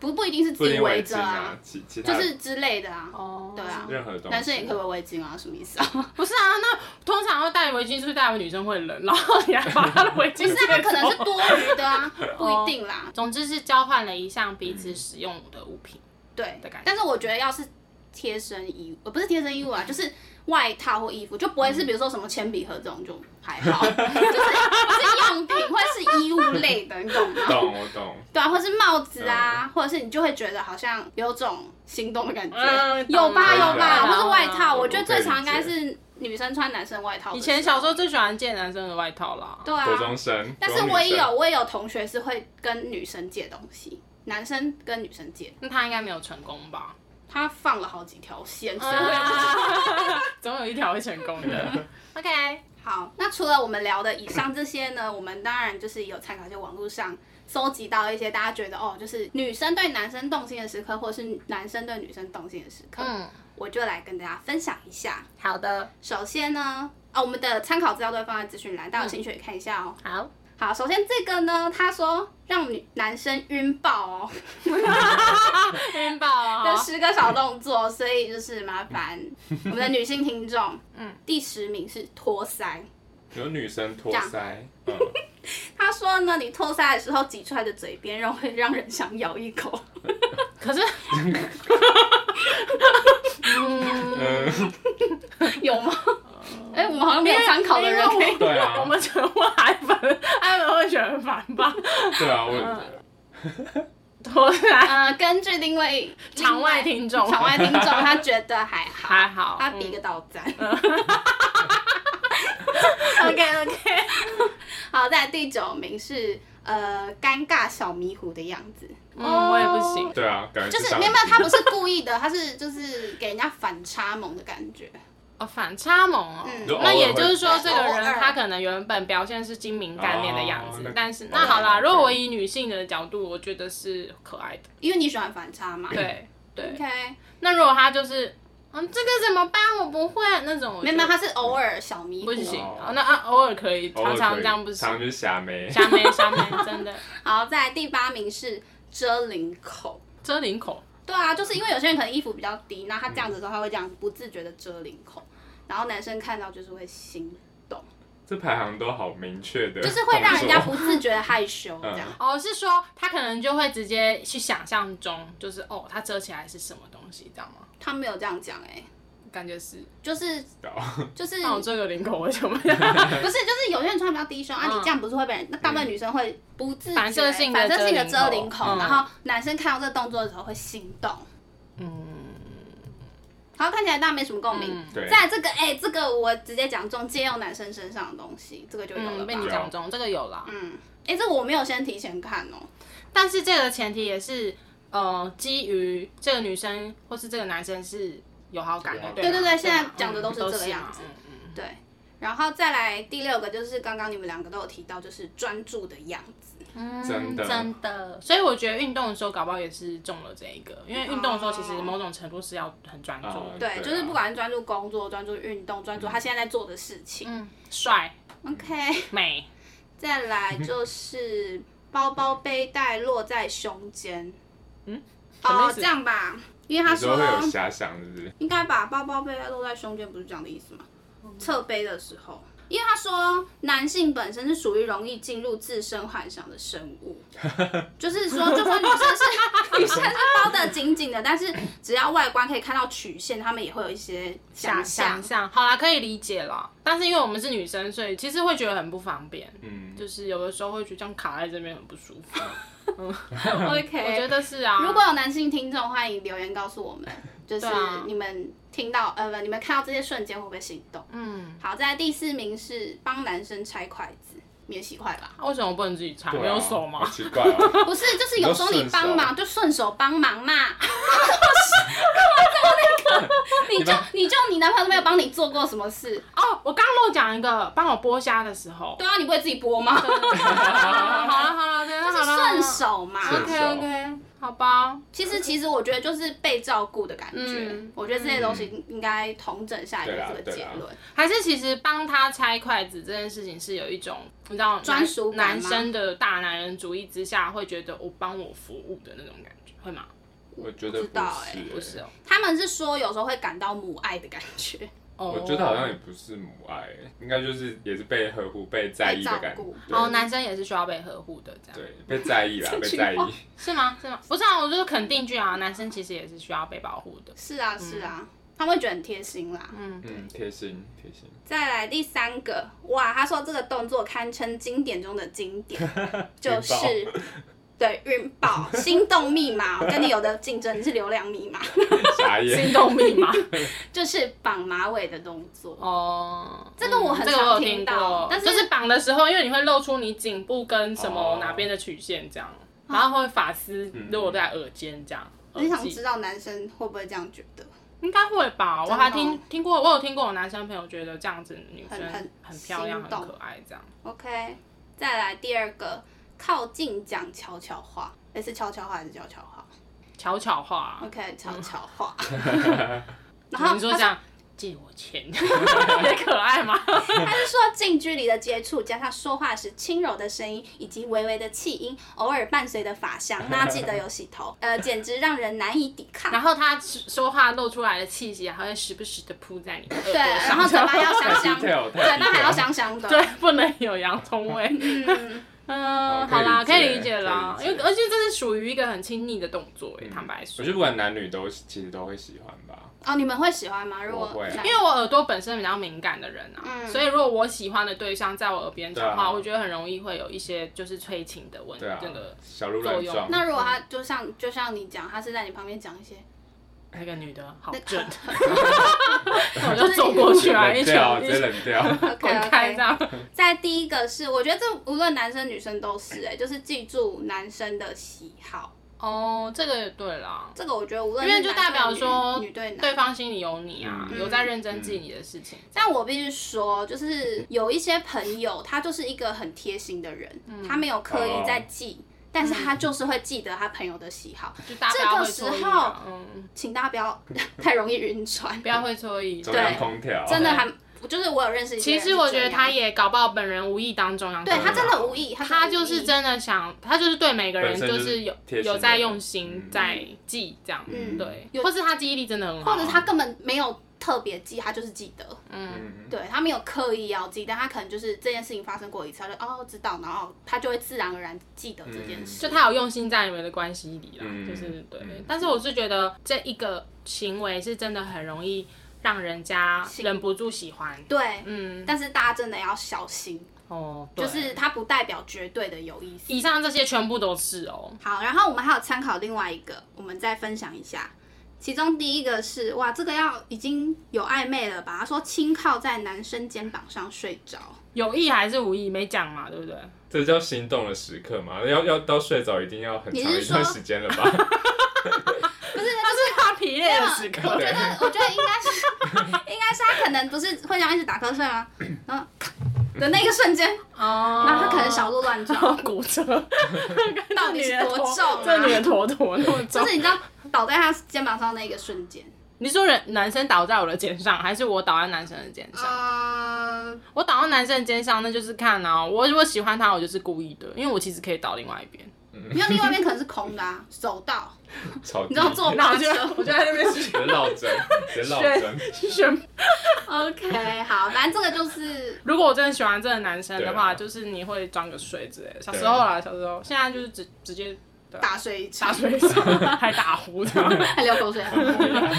[SPEAKER 2] 不不一定是自
[SPEAKER 3] 不一
[SPEAKER 2] 己
[SPEAKER 3] 定围
[SPEAKER 2] 围着
[SPEAKER 3] 巾
[SPEAKER 2] 啊
[SPEAKER 3] 啊，，其其他
[SPEAKER 2] 就是之类的啊。
[SPEAKER 1] 哦
[SPEAKER 2] 对啊
[SPEAKER 3] 任何东西，
[SPEAKER 2] 男生也可以围围巾啊，什么意思啊？
[SPEAKER 1] 不是啊，那通常会戴围巾，是不是代表女生会冷，然后你还把她的围巾
[SPEAKER 2] 不是啊，
[SPEAKER 1] 借
[SPEAKER 2] 可能是
[SPEAKER 1] 走
[SPEAKER 2] 多余的啊，不一定啦。
[SPEAKER 1] 总之是交换了一项彼此使用的物品。
[SPEAKER 2] 对
[SPEAKER 1] 的感觉，
[SPEAKER 2] 但是我觉得要是贴身衣物，呃，不是贴身衣物啊，就是外套或衣服，就不
[SPEAKER 3] 嗯
[SPEAKER 2] 会是比如说什么铅笔盒这种就还好， 就是不是用品，会是衣物类的，你懂吗？
[SPEAKER 3] 懂我懂，
[SPEAKER 2] 对啊，或是帽子啊，或者是你就会觉得好像有种心动的感觉，
[SPEAKER 1] 嗯
[SPEAKER 2] 有吧
[SPEAKER 3] 懂了
[SPEAKER 2] 有吧，
[SPEAKER 3] 懂
[SPEAKER 2] 或
[SPEAKER 1] 了嗯
[SPEAKER 2] 是外套，
[SPEAKER 3] 我
[SPEAKER 2] 我觉得最常应该
[SPEAKER 3] 我可
[SPEAKER 2] 是女生穿男生外套的。哦
[SPEAKER 1] 以前小时候最喜欢借男生的外套啦。
[SPEAKER 2] 对
[SPEAKER 3] 国
[SPEAKER 2] 啊，
[SPEAKER 3] 中生，
[SPEAKER 2] 但
[SPEAKER 3] 国
[SPEAKER 2] 是
[SPEAKER 3] 中女
[SPEAKER 2] 我也
[SPEAKER 3] 生
[SPEAKER 2] 有我也有同学是会跟女生借东西，男生跟女生借，
[SPEAKER 1] 那他应该没有成功吧？
[SPEAKER 2] 他放了好几条线，所以我也不知道
[SPEAKER 1] 啊 总有一条会成功的。OK，
[SPEAKER 2] 好，那除了我们聊的以上这些呢，我们当然就是有参考一些网络上搜集到一些大家觉得哦，就是女生对男生动心的时刻，或者是男生对女生动心的时刻，
[SPEAKER 1] 嗯，
[SPEAKER 2] 我就来跟大家分享一下。
[SPEAKER 1] 好的，
[SPEAKER 2] 首先呢，啊、我们的参考资料都会放在资讯栏，大家有兴趣也看一下哦。
[SPEAKER 1] 好，
[SPEAKER 2] 好，首先这个呢，他说让女男生晕爆哦
[SPEAKER 1] 晕爆
[SPEAKER 2] 的
[SPEAKER 1] 哦，
[SPEAKER 2] 十个小动作，所以就是麻烦 我们的女性听众，嗯，第十名是托腮。
[SPEAKER 3] 有女生托腮，嗯，
[SPEAKER 2] 他说呢，你吐塞的时候挤出来的嘴边肉会让人想咬一 口。
[SPEAKER 1] 可是，
[SPEAKER 3] 嗯，
[SPEAKER 2] 有吗？哎、我们好像没有参考的人可以。
[SPEAKER 3] 对啊
[SPEAKER 1] 我们全部爱粉，爱粉会选反吧？
[SPEAKER 3] 对啊，我也觉
[SPEAKER 2] 嗯
[SPEAKER 3] 得
[SPEAKER 1] 脱来，
[SPEAKER 2] 呃，根据另外
[SPEAKER 1] 场外听众
[SPEAKER 2] 场外听众他觉得还好，
[SPEAKER 1] 还好，
[SPEAKER 2] 他比一个倒 赞。
[SPEAKER 1] OK OK，
[SPEAKER 2] 好，在第九名是呃尴尬小迷糊的样子，
[SPEAKER 1] 嗯，我也不行，
[SPEAKER 3] 对啊，感觉
[SPEAKER 2] 就是
[SPEAKER 3] 上
[SPEAKER 2] 没有没有，他不是故意的，他是就是给人家反差萌的感觉。
[SPEAKER 1] 哦，反差萌哦
[SPEAKER 2] 嗯。
[SPEAKER 3] 就偶尔
[SPEAKER 1] 那
[SPEAKER 3] 会
[SPEAKER 1] 也就是说，
[SPEAKER 2] 对
[SPEAKER 1] 这个
[SPEAKER 2] 偶
[SPEAKER 1] 人
[SPEAKER 2] 尔
[SPEAKER 1] 他可能原本表现是精明干练的样
[SPEAKER 3] 哦
[SPEAKER 1] 子
[SPEAKER 3] 那，
[SPEAKER 1] 但是
[SPEAKER 3] 哦
[SPEAKER 1] 那好啦，
[SPEAKER 3] 对
[SPEAKER 1] 如果我以女性的角度，我觉得是可爱的，
[SPEAKER 2] 因为你喜欢反差嘛。
[SPEAKER 1] 对对。
[SPEAKER 2] OK，
[SPEAKER 1] 那如果他就是，嗯，这个怎么办？我不会那种我
[SPEAKER 2] 没
[SPEAKER 1] 觉得，
[SPEAKER 2] 有，没有他是偶尔小迷糊
[SPEAKER 1] 不。行。
[SPEAKER 3] 哦
[SPEAKER 1] 啊那啊，偶尔可以，
[SPEAKER 3] 偶尔
[SPEAKER 1] 常常
[SPEAKER 3] 可以
[SPEAKER 1] 这样不
[SPEAKER 3] 常常
[SPEAKER 1] 行。
[SPEAKER 3] 就是瞎眉，
[SPEAKER 1] 下面下面真的
[SPEAKER 2] 好，在第八名是遮领口。
[SPEAKER 1] 遮领口，
[SPEAKER 2] 对啊，就是因为有些人可能衣服比较低，那他这样子的时候，他会这样不自觉的遮领口，然后男生看到就是会心动，
[SPEAKER 3] 这排行都好明确的动
[SPEAKER 2] 就
[SPEAKER 3] 作，
[SPEAKER 2] 是会让人家不自觉的害羞这样。
[SPEAKER 1] 哦，是说他可能就会直接去想象中，就是哦，他遮起来是什么东西，这样吗？
[SPEAKER 2] 他没有这样讲哎、
[SPEAKER 1] 感觉是，
[SPEAKER 2] 就是就是
[SPEAKER 1] 那我遮个领口为什么？
[SPEAKER 2] 不是就是有些人穿比较低胸啊，
[SPEAKER 1] 嗯
[SPEAKER 2] 你这样不是会被人？那大部分女生会不自觉
[SPEAKER 1] 反射性的
[SPEAKER 2] 反射性的遮
[SPEAKER 1] 遮
[SPEAKER 2] 领
[SPEAKER 1] 领
[SPEAKER 2] 口
[SPEAKER 1] 口，
[SPEAKER 2] 然后男生看到这个动作的时候会心动。
[SPEAKER 1] 嗯，
[SPEAKER 2] 好，看起来大家没什么共鸣。
[SPEAKER 1] 嗯
[SPEAKER 3] 对，
[SPEAKER 2] 再来这个哎、这个我直接讲中，借用男生身上的东西，这个就有了
[SPEAKER 1] 嗯，
[SPEAKER 2] 吧
[SPEAKER 1] 被？你讲中，这个有啦。
[SPEAKER 2] 嗯，哎、这我没有先提前看哦、
[SPEAKER 1] 但是这个前提也是，呃，基于这个女生或是这个男生是有好感的，
[SPEAKER 3] 对
[SPEAKER 2] 对
[SPEAKER 1] 吧
[SPEAKER 2] 对对现在
[SPEAKER 1] 吧
[SPEAKER 2] 讲的都是
[SPEAKER 1] 嗯
[SPEAKER 2] 这个样子
[SPEAKER 1] 嘛嗯嗯
[SPEAKER 2] 对，然后再来第六个就是刚刚你们两个都有提到，就是专注的样子。嗯
[SPEAKER 3] 真的
[SPEAKER 2] 真的，
[SPEAKER 1] 所以我觉得运动的时候搞不好也是中了这一个，因为运动的时候其实某种程度是要很专注
[SPEAKER 3] 哦
[SPEAKER 1] 的，
[SPEAKER 3] 对
[SPEAKER 2] 对，
[SPEAKER 3] 啊
[SPEAKER 2] 就是不管是专注工作、专注运动、专注他现在在做的事情。
[SPEAKER 1] 嗯，帅、
[SPEAKER 2] OK，
[SPEAKER 1] 美，
[SPEAKER 2] 再来就是包包背带落在胸间。
[SPEAKER 1] 嗯，什么意
[SPEAKER 2] 哦，
[SPEAKER 1] 思
[SPEAKER 2] 这样吧，因为他
[SPEAKER 3] 有时候
[SPEAKER 2] 说
[SPEAKER 3] 会
[SPEAKER 1] 啊
[SPEAKER 3] 有遐想，是不是？
[SPEAKER 2] 应该把包包背带落在胸间，不是这样的意思吗？侧背的时候，因为他说男性本身是属于容易进入自身幻想的生物，就是说，就算女生是女生是包得紧紧的，但是只要外观可以看到曲线，他们也会有一些想象
[SPEAKER 1] 想。象，好啦，可以理解啦。但是因为我们是女生，所以其实会觉得很不方便，
[SPEAKER 3] 嗯，
[SPEAKER 1] 就是有的时候会觉得这样卡在这边很不舒 服。我
[SPEAKER 2] OK，
[SPEAKER 1] 觉得是啊，
[SPEAKER 2] 如果有男性听众，欢迎留言告诉我们，就是
[SPEAKER 1] 对啊
[SPEAKER 2] 你们听到呃，不，你们看到这些瞬间会不会心动？
[SPEAKER 1] 嗯，
[SPEAKER 2] 好，在第四名是帮男生拆筷子，免洗筷吧。
[SPEAKER 1] 为什么不能自己拆？
[SPEAKER 3] 对啊
[SPEAKER 1] 没有手
[SPEAKER 3] 好
[SPEAKER 1] 吗？
[SPEAKER 3] 奇 怪哦，
[SPEAKER 2] 不是，就是有时候你帮忙就顺手帮忙嘛， 干嘛这么那个？你就你就你男朋友都没有帮你做过什么事，
[SPEAKER 1] 哦，我刚漏讲一个，帮我剥虾的时 候，
[SPEAKER 2] 对啊，你不会自己剥吗？
[SPEAKER 1] 好了好了好了，真的
[SPEAKER 2] 就是
[SPEAKER 1] 好了，
[SPEAKER 2] 顺手嘛。
[SPEAKER 3] 是
[SPEAKER 1] OK OK，好吧，
[SPEAKER 2] 其实其实我觉得就是被照顾的感觉，
[SPEAKER 1] 嗯
[SPEAKER 2] 我觉得这些东西应该统整下来的这个
[SPEAKER 3] 对
[SPEAKER 2] 结
[SPEAKER 3] 啦对啦
[SPEAKER 2] 论。
[SPEAKER 1] 还是其实帮他拆筷子这件事情是有一种你知道男
[SPEAKER 2] 专属感
[SPEAKER 1] 男
[SPEAKER 2] 吗
[SPEAKER 1] 生的大男人主义之下，会觉得我帮我服务的那种感觉，会吗？
[SPEAKER 3] 我觉得
[SPEAKER 2] 不知道欸
[SPEAKER 1] 不是哦，
[SPEAKER 2] 他们是说有时候会感到母爱的感觉，
[SPEAKER 1] 哦，
[SPEAKER 3] 我觉得好像也不是母爱，欸应该就是也是被呵护、被在意的感
[SPEAKER 2] 被照顾
[SPEAKER 3] 觉。对
[SPEAKER 1] 哦，男生也是需要被呵护的，这样
[SPEAKER 3] 对，被在 意啦，被在意。
[SPEAKER 1] 是吗？是吗？不是啊，我就是肯定句啊，男生其实也是需要被保护 的。
[SPEAKER 2] 是啊是啊，他们会觉得很贴心啦。
[SPEAKER 3] 嗯，贴心贴心。
[SPEAKER 2] 再来第三个，哇，他说这个动作堪称经典中的经典，就是
[SPEAKER 3] 运
[SPEAKER 2] 对运爆、心动密码，跟你有的竞争，你是流量密码，
[SPEAKER 3] 傻眼。
[SPEAKER 1] 心动密 码
[SPEAKER 2] 就是绑马尾的动作。
[SPEAKER 1] 哦，
[SPEAKER 2] 这个我很
[SPEAKER 1] 这个我
[SPEAKER 2] 常
[SPEAKER 1] 有听
[SPEAKER 2] 听到
[SPEAKER 1] 过，，
[SPEAKER 2] 但是
[SPEAKER 1] 就是绑的时候，因为你会露出你颈部跟什么
[SPEAKER 3] 哦嗯
[SPEAKER 1] 哪边的曲线这样，然后会发丝落在耳尖这样。
[SPEAKER 2] 我就
[SPEAKER 1] 耳
[SPEAKER 2] 想
[SPEAKER 1] 际
[SPEAKER 2] 知道男生会不会这样觉得，
[SPEAKER 1] 应该会吧，我
[SPEAKER 2] 的哦
[SPEAKER 1] 还听听过，我有听过我男生朋友觉得这样子女生
[SPEAKER 2] 很很
[SPEAKER 1] 很漂亮、
[SPEAKER 2] 心
[SPEAKER 1] 很
[SPEAKER 2] 动
[SPEAKER 1] 可爱这样。
[SPEAKER 2] ？OK，再来第二个，靠近讲悄悄话，诶是悄悄话还是悄悄话
[SPEAKER 1] 巧巧话、
[SPEAKER 2] ？OK，悄悄话。哦然
[SPEAKER 1] 啊，
[SPEAKER 2] 后
[SPEAKER 1] 你说
[SPEAKER 2] 他
[SPEAKER 1] 这样借我钱， 也可 爱吗？
[SPEAKER 2] 他是说近距离的接触，加上说话时轻柔的声音以及微微的气音，偶尔伴随的发香，那记得有洗 头，呃，简直让人难以抵抗。
[SPEAKER 1] 然后他说话露出来的气息，还会时不时的扑在你的耳朵
[SPEAKER 2] 对，
[SPEAKER 1] 上，
[SPEAKER 2] 然后嘴巴要香香，
[SPEAKER 3] 太 detail，
[SPEAKER 2] 嘴
[SPEAKER 3] 太
[SPEAKER 2] 巴还要
[SPEAKER 3] detail
[SPEAKER 2] 香香的。
[SPEAKER 1] 对，不能有洋葱味。
[SPEAKER 2] 嗯，
[SPEAKER 1] 嗯，
[SPEAKER 3] 哦
[SPEAKER 1] 好啦，可
[SPEAKER 3] 可以理解
[SPEAKER 1] 以理解啦，
[SPEAKER 3] 可以
[SPEAKER 1] 因
[SPEAKER 3] 理解
[SPEAKER 1] 为而且这是属于一个很亲昵的动作诶，坦白
[SPEAKER 3] 嗯我
[SPEAKER 1] 说
[SPEAKER 3] 觉。得不管男女都其实都会喜欢吧。
[SPEAKER 2] 哦，你们会喜欢吗？如果
[SPEAKER 3] 我会
[SPEAKER 2] 因
[SPEAKER 1] 因为我耳朵本身比较敏感的人啊，
[SPEAKER 2] 嗯
[SPEAKER 1] 所以如果我喜欢的对象在我耳边讲话，
[SPEAKER 3] 对啊
[SPEAKER 1] 我觉得很容易会有一些就是催情的问，
[SPEAKER 3] 对啊
[SPEAKER 1] 那个，
[SPEAKER 3] 小鹿乱
[SPEAKER 1] 作用
[SPEAKER 3] 撞。
[SPEAKER 2] 那如果他就像就像你讲，他是在你旁边讲 一些，
[SPEAKER 1] 那个女的好
[SPEAKER 2] 那个
[SPEAKER 1] 正， 我就走过去啊，一
[SPEAKER 3] 冷
[SPEAKER 1] 拳
[SPEAKER 3] 掉，
[SPEAKER 1] 一
[SPEAKER 3] 直
[SPEAKER 1] 拳
[SPEAKER 3] 接冷掉。
[SPEAKER 1] 滚
[SPEAKER 2] OK，OK
[SPEAKER 1] 开这样。
[SPEAKER 2] 在第一个是，我觉得这无论男生女生都是、哎，就是记住男生的喜好，
[SPEAKER 1] 哦，这个也对啦，
[SPEAKER 2] 这个我觉得无论
[SPEAKER 1] 因为就代表
[SPEAKER 2] 是男对
[SPEAKER 1] 说
[SPEAKER 2] 女女对嗯男，
[SPEAKER 1] 对方心里有你啊，
[SPEAKER 3] 嗯
[SPEAKER 1] 有在认真记你的事情。
[SPEAKER 2] 但我必须说，就是有一些朋友，他就是一个很贴心的人，他没有刻意在记，但是他就是会记得他朋友的喜好。
[SPEAKER 1] 就大家会错意啊，嗯，
[SPEAKER 2] 请大家不要 太容易晕船
[SPEAKER 1] 不，要会错意。
[SPEAKER 3] 中央空调。嗯
[SPEAKER 2] 真的还就是我有认识一些
[SPEAKER 1] 其
[SPEAKER 2] 人是这
[SPEAKER 1] 实
[SPEAKER 2] 样，
[SPEAKER 1] 我觉得他也搞不好本人无意当中央空
[SPEAKER 2] 对
[SPEAKER 1] 调，
[SPEAKER 2] 他真的无意，
[SPEAKER 1] 他
[SPEAKER 2] 真的
[SPEAKER 1] 就
[SPEAKER 2] 无意
[SPEAKER 1] 是真的想，他就是对每个人
[SPEAKER 3] 本身
[SPEAKER 1] 就
[SPEAKER 3] 就是
[SPEAKER 1] 是有
[SPEAKER 3] 贴心的
[SPEAKER 1] 有在用心
[SPEAKER 3] 嗯
[SPEAKER 1] 在记这样，
[SPEAKER 2] 嗯
[SPEAKER 1] 对，
[SPEAKER 2] 有
[SPEAKER 1] 或是他记忆力真的很好，
[SPEAKER 2] 或者他根本没有特别记，他就是记得，
[SPEAKER 3] 嗯，
[SPEAKER 2] 对他没有刻意要记，但他可能就是这件事情发生过一次，他就哦知道，然后他就会自然而然记得这件事。
[SPEAKER 1] 就他有用心在你们的关系里啦，
[SPEAKER 3] 嗯
[SPEAKER 1] 就是对
[SPEAKER 3] 嗯。
[SPEAKER 1] 但是我是觉得这一个行为是真的很容易让人家
[SPEAKER 2] 喜
[SPEAKER 1] 忍不住喜欢，
[SPEAKER 2] 对，
[SPEAKER 1] 嗯，
[SPEAKER 2] 但是大家真的要小心，
[SPEAKER 1] 哦，对
[SPEAKER 2] 就是它不代表绝对的有意思。
[SPEAKER 1] 以上这些全部都是哦，
[SPEAKER 2] 好，然后我们还有参考另外一个，我们再分享一下。其中第一个是哇，这个要已经有暧昧了吧？他说轻靠在男生肩膀上睡 着，
[SPEAKER 1] 有意还是无意没讲嘛，对不对？
[SPEAKER 3] 这叫心动的时刻嘛？要要到睡着，一定要很
[SPEAKER 2] 你
[SPEAKER 3] 长
[SPEAKER 2] 是
[SPEAKER 3] 一段
[SPEAKER 2] 说
[SPEAKER 3] 时间了 吧？
[SPEAKER 1] 他是他疲累的时刻，
[SPEAKER 2] 我觉得我觉得应该是应该是他可能不是会这样一直打瞌睡吗？然后咔嗯的那个瞬间，
[SPEAKER 1] 哦
[SPEAKER 2] 然后他可能小鹿乱撞，
[SPEAKER 1] 骨折，
[SPEAKER 2] 到底是多重啊
[SPEAKER 1] 这女的坨坨那么重
[SPEAKER 2] 就。是你知道倒在他肩膀上那一个瞬间。
[SPEAKER 1] 你说人男生倒在我的肩上，还是我倒在男生的肩上？
[SPEAKER 2] 呃，
[SPEAKER 1] 我倒到男生的肩上，那就是看啊。我如果喜欢他，我就是故意的，因为我其实可以倒另外一 边。
[SPEAKER 2] 没有，另外一边可能是空的啊，手到，
[SPEAKER 3] 超
[SPEAKER 2] 你知道坐
[SPEAKER 1] 然
[SPEAKER 2] 马
[SPEAKER 1] 后我就
[SPEAKER 2] 车。
[SPEAKER 1] 我就在那边选
[SPEAKER 3] 别闹 真，别闹真，
[SPEAKER 1] 选。
[SPEAKER 2] OK，好，反正这个就是
[SPEAKER 1] 如果我真的喜欢这个男生的话，
[SPEAKER 3] 对啊
[SPEAKER 1] 就是你会装个水之类的。小时候啦，小时候，现在就是直直接
[SPEAKER 2] 打水一
[SPEAKER 1] 打
[SPEAKER 2] 场，
[SPEAKER 1] 水上，还打呼这样。
[SPEAKER 2] 还流口水。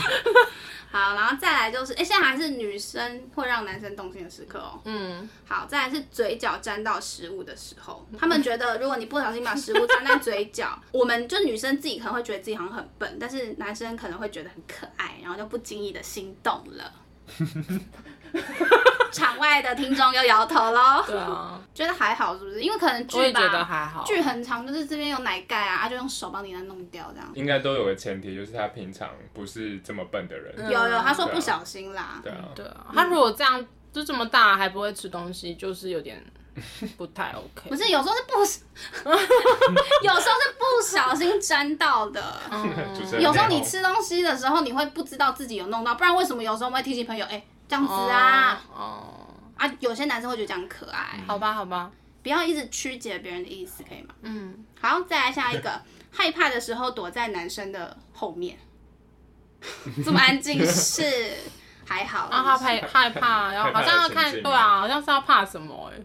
[SPEAKER 2] 好，然后再来就是，哎、现在还是女生会让男生动心的时刻哦。
[SPEAKER 1] 嗯，
[SPEAKER 2] 好，再来是嘴角沾到食物的时候，他们觉得如果你不小心把食物沾在嘴角， 我们就女生自己可能会觉得自己好像很笨，但是男生可能会觉得很可爱，然后就不经意的心动 了。场外的听众又摇头喽，
[SPEAKER 1] 对啊，
[SPEAKER 2] 觉得还好是不是？因为可能
[SPEAKER 1] 我也
[SPEAKER 2] 剧
[SPEAKER 1] 觉得
[SPEAKER 2] 吧，
[SPEAKER 1] 还好。
[SPEAKER 2] 剧很长，就是这边有奶盖啊，啊就用手帮你那弄掉这样。
[SPEAKER 1] 嗯
[SPEAKER 3] 应该都有个前提，就是他平常不是这么笨的人。
[SPEAKER 1] 嗯
[SPEAKER 2] 有有，他说
[SPEAKER 3] 对啊
[SPEAKER 2] 不小心啦，
[SPEAKER 3] 对啊，
[SPEAKER 1] 对啊，他如果这样就这么大还不会吃东西，就是有点 不太 OK。
[SPEAKER 2] 不是有时候是不， 有时候是不小心沾到的。
[SPEAKER 1] 嗯
[SPEAKER 3] 主持人
[SPEAKER 2] 有时候你吃东西的时候，你会不知道自己有弄到，不然为什么有时候我们会提醒朋友，哎、这样子啊、
[SPEAKER 1] 哦，嗯
[SPEAKER 2] 啊，有些男生会觉得这样可爱，
[SPEAKER 1] 好吧，好吧，
[SPEAKER 2] 不要一直曲解别人的意思，可以吗？
[SPEAKER 1] 嗯，
[SPEAKER 2] 好，再来下一个，害怕的时候躲在男生的后 面，这么安静是还好
[SPEAKER 1] 啊，
[SPEAKER 2] 啦
[SPEAKER 1] 他，害害怕，然后
[SPEAKER 3] 害怕
[SPEAKER 1] 好像要看
[SPEAKER 3] 神，经
[SPEAKER 1] 对啊，好像是要怕什么哎、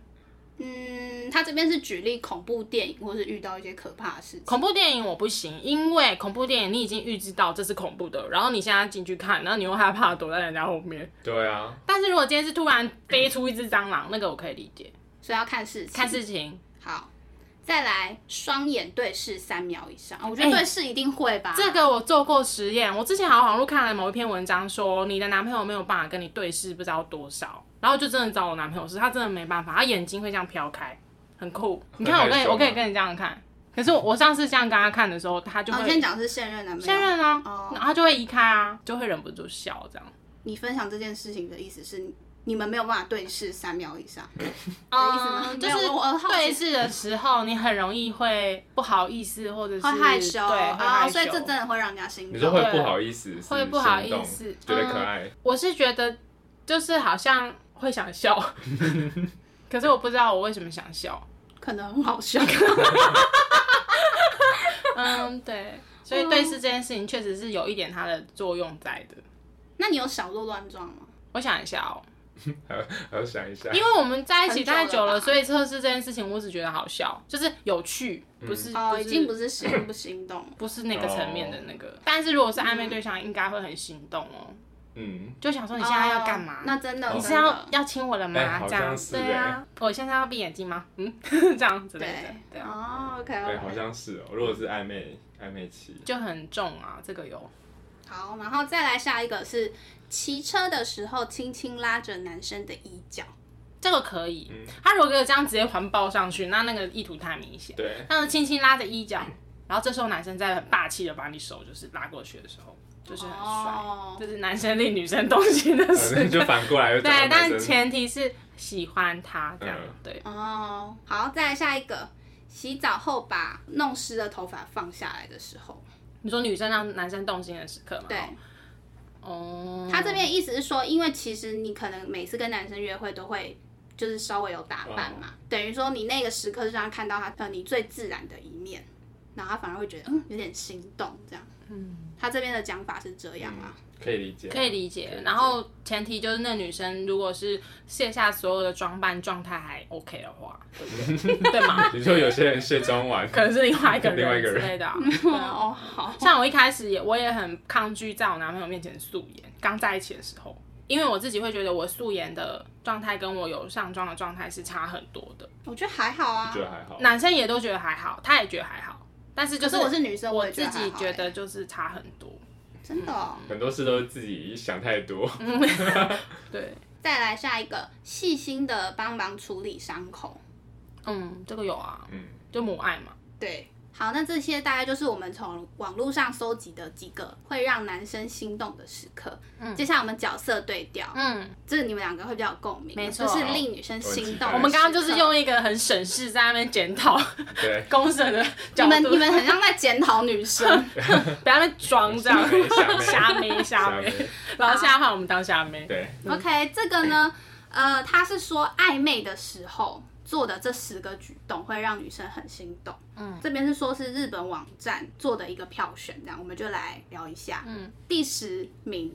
[SPEAKER 2] 嗯，他这边是举例恐怖电影或是遇到一些可怕的事情，
[SPEAKER 1] 恐怖电影我不行，因为恐怖电影你已经预知到这是恐怖的，然后你现在进去看，然后你又害怕躲在人家后面。
[SPEAKER 3] 对啊，
[SPEAKER 1] 但是如果今天是突然飞出一只蟑螂，那个我可以理解，
[SPEAKER 2] 所以要看事情，
[SPEAKER 1] 看事情。
[SPEAKER 2] 好。再来，双眼对视三秒以上，啊我觉
[SPEAKER 1] 哎
[SPEAKER 2] 得对视一定会吧。
[SPEAKER 1] 这个我做过实验，我之前好像网络看了某一篇文章说，你的男朋友没有办法跟你对视，不知道多少，然后就真的找我男朋友是，他真的没办法，他眼睛会这样飘开，很酷。你看我
[SPEAKER 3] 很害
[SPEAKER 1] 可以，
[SPEAKER 3] 羞吗
[SPEAKER 1] 我可以跟你这样看，可是我我上次这样跟他看的时候，他就
[SPEAKER 2] 哦，
[SPEAKER 1] 会
[SPEAKER 2] 你先讲是现任男朋友。
[SPEAKER 1] 现任啊，
[SPEAKER 2] 哦
[SPEAKER 1] 然后他就会移开啊，就会忍不住笑这样。
[SPEAKER 2] 你分享这件事情的意思是，你们没有办法对视三秒以上。意思吗
[SPEAKER 1] 嗯，就
[SPEAKER 2] 没有
[SPEAKER 1] 是
[SPEAKER 2] 我我好奇
[SPEAKER 1] 对视的时候，你很容易会不好意思，或者是
[SPEAKER 2] 会害羞，
[SPEAKER 1] 对，会
[SPEAKER 2] 啊、
[SPEAKER 1] 害羞。
[SPEAKER 2] 所以这真的会让人家心
[SPEAKER 3] 你说
[SPEAKER 2] 动。
[SPEAKER 3] 会不好意思，是
[SPEAKER 1] 会不好
[SPEAKER 3] 心动
[SPEAKER 1] 意思嗯
[SPEAKER 3] 觉得可爱，
[SPEAKER 1] 我是觉得就是好像会想笑， 可是我不知道我为什么想笑。
[SPEAKER 2] 可能很好笑，
[SPEAKER 1] 嗯，对，所以对视这件事情确实是有一点它的作用在的。
[SPEAKER 2] 那你有小鹿乱撞吗？
[SPEAKER 1] 我想一下哦，
[SPEAKER 3] 还要还要想一下，
[SPEAKER 1] 因为我们在一起太久了，
[SPEAKER 2] 很久了吧
[SPEAKER 1] 所以测试这件事情，我只觉得好笑，就是有趣，不是、
[SPEAKER 2] 哦，
[SPEAKER 1] 不
[SPEAKER 2] 已
[SPEAKER 1] 是
[SPEAKER 2] 经不是心不心动
[SPEAKER 1] 不是那个层面的那个。哦但是如果是暧昧对象，应该会很心动哦，
[SPEAKER 3] 嗯，
[SPEAKER 1] 就想说你现在要干嘛？
[SPEAKER 2] 哦那真的
[SPEAKER 1] 你
[SPEAKER 2] 真
[SPEAKER 1] 是要
[SPEAKER 2] 的
[SPEAKER 1] 要亲我了吗？
[SPEAKER 3] 哎好
[SPEAKER 1] 这样
[SPEAKER 3] 像是
[SPEAKER 1] 对啊，我现在要闭眼睛吗？嗯， 这样之类的
[SPEAKER 2] 对，
[SPEAKER 1] 对啊。
[SPEAKER 2] 哦，OK
[SPEAKER 3] 哎，好
[SPEAKER 2] OK，
[SPEAKER 3] 像是哦。如果是暧昧暧昧期，
[SPEAKER 1] 就很重啊，这个有。
[SPEAKER 2] 好，然后再来下一个是骑车的时候轻轻拉着男生的衣角，
[SPEAKER 1] 这个可以，
[SPEAKER 3] 嗯
[SPEAKER 1] 他如果给我这样直接环抱上去，那那个意图太明 显。
[SPEAKER 3] 对，
[SPEAKER 1] 但是轻轻拉着衣角，然后这时候男生在很霸气的把你手就是拉过去的时候，就是很帅，
[SPEAKER 2] 哦，
[SPEAKER 1] 这是男生令女生动心的
[SPEAKER 3] 反
[SPEAKER 1] 事。
[SPEAKER 3] 正就反过来又
[SPEAKER 1] 对
[SPEAKER 3] 找到，男
[SPEAKER 1] 但
[SPEAKER 3] 生
[SPEAKER 1] 前提是喜欢他这样
[SPEAKER 3] 嗯。
[SPEAKER 1] 对，
[SPEAKER 2] 哦，好，再来下一个，洗澡后把弄湿的头发放下来的时候，
[SPEAKER 1] 你说女生让男生动心的时刻嘛？
[SPEAKER 2] 对。
[SPEAKER 1] 哦，
[SPEAKER 2] 他这边意思是说，因为其实你可能每次跟男生约会都会就是稍微有打扮嘛，等于说你那个时刻是让他看到他呃你最自然的一面，然后他反而会觉得嗯有点心动这样。嗯，他这边的讲法是这样啊。
[SPEAKER 3] 可以理解，
[SPEAKER 1] 可以理解。然后前提就是那女生如果是卸下所有的装扮，状态还 OK 的话，对不 对？对吗？
[SPEAKER 3] 你说有些人卸妆完，
[SPEAKER 1] 可能是另外一个
[SPEAKER 3] 另外
[SPEAKER 1] 人
[SPEAKER 3] 一个
[SPEAKER 1] 之
[SPEAKER 3] 人
[SPEAKER 1] 类的啊、
[SPEAKER 2] 哦，好，
[SPEAKER 1] 像我一开始也我也很抗拒在我男朋友面前素颜，刚在一起的时候，因为我自己会觉得我素颜的状态跟我有上妆的状态是差很多的。
[SPEAKER 2] 我觉得还好啊
[SPEAKER 3] 觉。得还好。
[SPEAKER 1] 男生也都觉得还好，他也觉得还好，但是就
[SPEAKER 2] 可是我是女生，
[SPEAKER 1] 我
[SPEAKER 2] 也
[SPEAKER 1] 自己觉
[SPEAKER 2] 还好
[SPEAKER 1] 得就是差很多。
[SPEAKER 2] 欸真的哦。
[SPEAKER 3] 很多事都是自己想太 多，
[SPEAKER 1] 对，
[SPEAKER 2] 再来下一个，细心的帮忙处理伤口。
[SPEAKER 1] 嗯，这个有啊，
[SPEAKER 3] 嗯，
[SPEAKER 1] 就母爱嘛。
[SPEAKER 2] 对，好，那这些大概就是我们从网络上搜集的几个会让男生心动的时刻。接下来我们角色对调，
[SPEAKER 1] 嗯，
[SPEAKER 2] 这你们两个会比较有共鸣，
[SPEAKER 1] 没错
[SPEAKER 2] 就是令女生心动。
[SPEAKER 3] 好
[SPEAKER 1] 我们刚刚就是。用一个很审视在那边检讨
[SPEAKER 3] 对，
[SPEAKER 1] 公审的角
[SPEAKER 2] 你
[SPEAKER 1] 度，
[SPEAKER 2] 们你们很像在检讨女生，
[SPEAKER 1] 不要在那边装这 样
[SPEAKER 3] 瞎妹
[SPEAKER 1] 瞎妹瞎妹
[SPEAKER 3] 下面，
[SPEAKER 1] 然后现在换我们当瞎妹，
[SPEAKER 3] 对，
[SPEAKER 2] OK，这个呢，呃，他是说暧昧的时候做的这十个举动会让女生很心动。嗯，这边是说是日本网站做的一个票选，这样我们就来聊一下。
[SPEAKER 1] 嗯，
[SPEAKER 2] 第十名，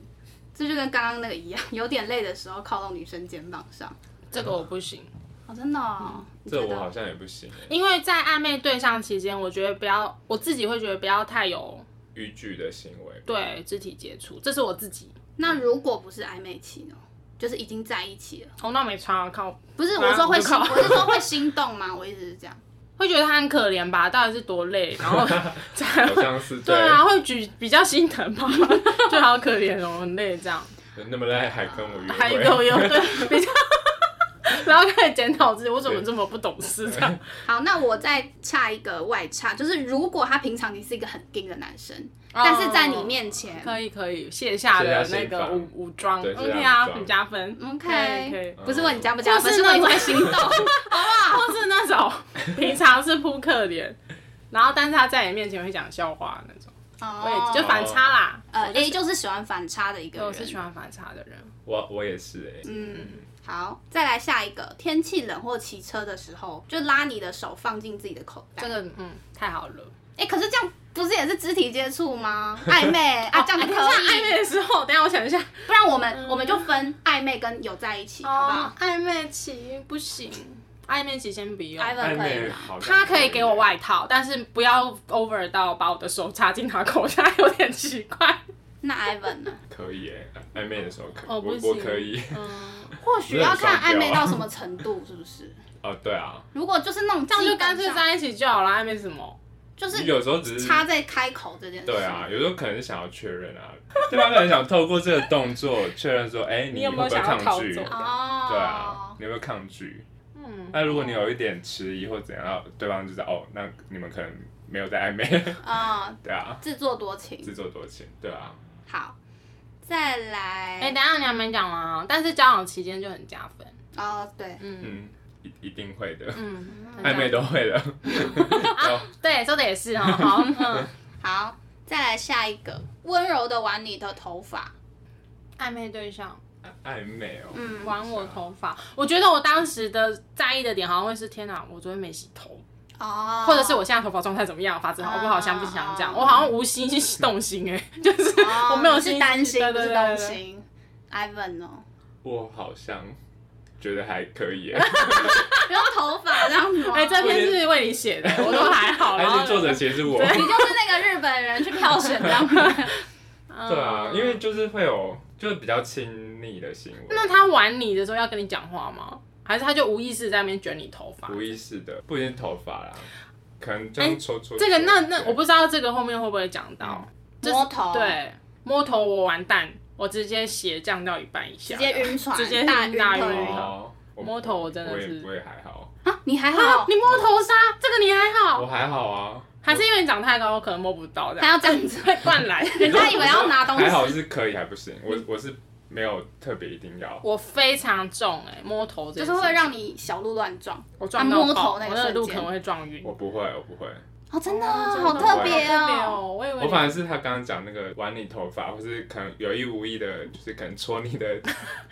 [SPEAKER 2] 这就跟刚刚那个一样，有点累的时候靠拢女生肩膀上。
[SPEAKER 1] 这个我不行。
[SPEAKER 2] 哦，真的、哦你
[SPEAKER 3] 这
[SPEAKER 2] 觉
[SPEAKER 3] 我好
[SPEAKER 2] 得？
[SPEAKER 3] 像也不行欸，
[SPEAKER 1] 因为在暧昧对象期间，我觉得不要，我自己会觉得不要太有
[SPEAKER 3] 逾矩的行为。
[SPEAKER 1] 对肢体接触，这是我自己。
[SPEAKER 2] 那如果不是暧昧期呢？就是已经在一起了，
[SPEAKER 1] 哦，那没穿啊，靠，
[SPEAKER 2] 不是
[SPEAKER 1] 啊
[SPEAKER 2] 我说会
[SPEAKER 1] 我
[SPEAKER 2] 心，
[SPEAKER 1] 靠
[SPEAKER 2] 我是说会心动吗？我一直是这样。
[SPEAKER 1] 会觉得他很可怜吧？到底是多累，然 后才
[SPEAKER 3] 好像是
[SPEAKER 1] 对啊，会举比较心疼吧， 就好可怜哦，很累这样，
[SPEAKER 3] 对那么累还跟我约
[SPEAKER 1] 还
[SPEAKER 3] 会，
[SPEAKER 1] 有 有对比较，然后开始检讨自己，我怎么这么不懂事这样？
[SPEAKER 2] 好，那我再插一个外插，就是如果他平常你是一个很硬的男生，但是在你面前
[SPEAKER 1] 哦可以可以卸下了那个武武装
[SPEAKER 3] 对卸下嗯
[SPEAKER 1] ，OK 啊，
[SPEAKER 3] 武装
[SPEAKER 1] 很加分。
[SPEAKER 2] ，OK，
[SPEAKER 1] 可以可
[SPEAKER 3] 以
[SPEAKER 2] 不是问你加不加
[SPEAKER 1] 或
[SPEAKER 2] 分，
[SPEAKER 1] 是
[SPEAKER 2] 是问你
[SPEAKER 1] 那
[SPEAKER 2] 会 心动，
[SPEAKER 1] 或是那种平常是扑克脸，然后但是他在你面前会讲笑话那种，我
[SPEAKER 2] 哦，
[SPEAKER 1] 也就反差啦。
[SPEAKER 2] 呃 A 就是喜欢反差的一个
[SPEAKER 1] 对，我是喜
[SPEAKER 2] 人。
[SPEAKER 1] 欢反差的人。
[SPEAKER 3] 我我也是哎、
[SPEAKER 2] 嗯，好，再来下一个，天气冷或骑车的时候，就拉你的手放进自己的口袋。
[SPEAKER 1] 这个嗯，太好了。
[SPEAKER 2] 哎，可是这样不是也是肢体接触 吗？暧昧啊，这样就
[SPEAKER 1] 可
[SPEAKER 2] 可
[SPEAKER 1] 哦是暧
[SPEAKER 2] 以，
[SPEAKER 1] 昧的时候，哎等一下我想一下。
[SPEAKER 2] 不然我们我们就分暧昧跟有在一
[SPEAKER 1] 哦
[SPEAKER 2] 起，好不好？，
[SPEAKER 1] 暧昧期不行，暧昧期先不用。
[SPEAKER 2] Ivan
[SPEAKER 3] 暧
[SPEAKER 2] 嗯可以
[SPEAKER 3] 昧
[SPEAKER 2] 吗
[SPEAKER 3] 好像
[SPEAKER 1] 他可以给我外套，但是不要 over 到把我的手插进他口袋，有点奇怪。
[SPEAKER 2] 那 Ivan 呢？
[SPEAKER 3] 可以哎、暧昧的时候可以，
[SPEAKER 1] 哦
[SPEAKER 3] 我
[SPEAKER 1] 不行
[SPEAKER 3] 我可以
[SPEAKER 1] 嗯，
[SPEAKER 2] 或许要看暧昧到什么程度，是不是？
[SPEAKER 3] 哦，对啊，
[SPEAKER 2] 如果就是那种
[SPEAKER 1] 这样就干脆
[SPEAKER 2] 在
[SPEAKER 1] 在一起就好了，暧昧什么？
[SPEAKER 2] 就
[SPEAKER 3] 你
[SPEAKER 2] 是
[SPEAKER 3] 有时候只是
[SPEAKER 2] 插在开口这件事，
[SPEAKER 3] 对啊，有时候可能是想要确认啊，对方可能想透过这个动作确认说，哎、
[SPEAKER 1] 你
[SPEAKER 3] 会
[SPEAKER 1] 有
[SPEAKER 3] 不
[SPEAKER 1] 没有
[SPEAKER 3] 会
[SPEAKER 1] 想要
[SPEAKER 3] 抗拒？
[SPEAKER 1] 逃走
[SPEAKER 2] 哦，
[SPEAKER 3] 对啊，，你有没有抗拒？
[SPEAKER 1] 嗯，
[SPEAKER 3] 那如果你有一点迟疑或怎样，然后对方就知道哦，那你们可能没有在暧昧，
[SPEAKER 2] 啊，
[SPEAKER 3] 对啊，
[SPEAKER 2] 自作多
[SPEAKER 1] 嗯
[SPEAKER 2] 情，
[SPEAKER 3] 自作多情，对啊，
[SPEAKER 2] 好，再
[SPEAKER 1] 哎、
[SPEAKER 2] 来，
[SPEAKER 1] 等一下你还没讲完啊！但是交往期间就很加分，
[SPEAKER 2] 哦，对，
[SPEAKER 1] 嗯
[SPEAKER 3] 嗯，一一定会的，
[SPEAKER 1] 嗯，很加
[SPEAKER 3] 暧昧都会的，
[SPEAKER 1] 对，说的也是哦，好，嗯，
[SPEAKER 2] 好，再来下一个，温柔的玩你的头发，
[SPEAKER 1] 暧昧对象
[SPEAKER 3] 暧昧哦，
[SPEAKER 2] 嗯，
[SPEAKER 1] 玩我头发，我觉得我当时的在意的点好像会是天哪，我昨天没洗头，
[SPEAKER 2] 哦，
[SPEAKER 1] 或者是我现在头发状态怎么样，发质好不好，
[SPEAKER 2] 啊
[SPEAKER 1] 香不香这样，
[SPEAKER 2] 啊
[SPEAKER 1] 我好像无心动心哎、就是
[SPEAKER 2] 哦
[SPEAKER 1] 我没有
[SPEAKER 2] 你是
[SPEAKER 1] 心
[SPEAKER 2] 担心，
[SPEAKER 1] 对
[SPEAKER 2] 不
[SPEAKER 1] 对
[SPEAKER 2] 是
[SPEAKER 1] 对
[SPEAKER 2] 动
[SPEAKER 1] 对对
[SPEAKER 2] 心，Ivan 哦，
[SPEAKER 3] 我好像觉得还可 以耶，
[SPEAKER 2] 不用头发这样子哦吗，
[SPEAKER 1] 哎、这篇是为你写的，我都还好，然
[SPEAKER 3] 而
[SPEAKER 1] 后
[SPEAKER 3] 且作者其实是我，
[SPEAKER 2] 你就是那个日本人去票选这样子。
[SPEAKER 1] 对
[SPEAKER 3] 对啊，
[SPEAKER 1] 嗯
[SPEAKER 3] 因为就是会有就是比较亲密的行为，
[SPEAKER 1] 那他玩你的时候要跟你讲话吗？还是他就无意识在那边卷你头发？
[SPEAKER 3] 无意识的，不一定是头发啦，可能这样
[SPEAKER 1] 哎
[SPEAKER 3] 抽抽。
[SPEAKER 1] 这个那
[SPEAKER 3] 对
[SPEAKER 1] 那我不知道这个后面会不会讲到，
[SPEAKER 3] 嗯
[SPEAKER 1] 就是
[SPEAKER 2] 摸头
[SPEAKER 1] 对摸头我完蛋，我直接血降到一半以下，
[SPEAKER 2] 直接晕船，
[SPEAKER 1] 直接
[SPEAKER 2] 大
[SPEAKER 1] 晕大
[SPEAKER 2] 晕
[SPEAKER 1] 晕
[SPEAKER 2] 头
[SPEAKER 3] 哦，我
[SPEAKER 1] 摸头我真的
[SPEAKER 3] 我也
[SPEAKER 1] 是
[SPEAKER 3] 我也还好，
[SPEAKER 2] 啊！你还
[SPEAKER 1] 啊
[SPEAKER 2] 好，
[SPEAKER 1] 你摸头杀这个你还好，
[SPEAKER 3] 我还好啊，
[SPEAKER 1] 还是因为你长太高，我可能摸不到这
[SPEAKER 2] 还
[SPEAKER 1] 样，
[SPEAKER 2] 要这样子，
[SPEAKER 1] 会 乱来。
[SPEAKER 2] 人家以为要拿东
[SPEAKER 3] 还好
[SPEAKER 2] 西，
[SPEAKER 3] 是可以还不行，我我是没有特别一定要，
[SPEAKER 1] 我非常重哎、摸头这
[SPEAKER 2] 就
[SPEAKER 1] 件
[SPEAKER 2] 是
[SPEAKER 1] 事情
[SPEAKER 2] 会让你小鹿乱撞
[SPEAKER 1] 我撞
[SPEAKER 2] 啊
[SPEAKER 1] 到
[SPEAKER 2] 摸
[SPEAKER 1] 爆
[SPEAKER 2] 头那个
[SPEAKER 1] 我那个
[SPEAKER 2] 瞬
[SPEAKER 1] 路
[SPEAKER 2] 间
[SPEAKER 1] 可能会撞晕。
[SPEAKER 3] 我不会，我不会，
[SPEAKER 2] 哦，真的
[SPEAKER 1] 哦
[SPEAKER 2] 好特别
[SPEAKER 1] 好特别
[SPEAKER 2] 哦。
[SPEAKER 1] 哦，我以为
[SPEAKER 3] 啊我反而
[SPEAKER 1] 你
[SPEAKER 3] 是他刚刚讲那个玩你头发，或是可能有意无意的，就是可能戳你的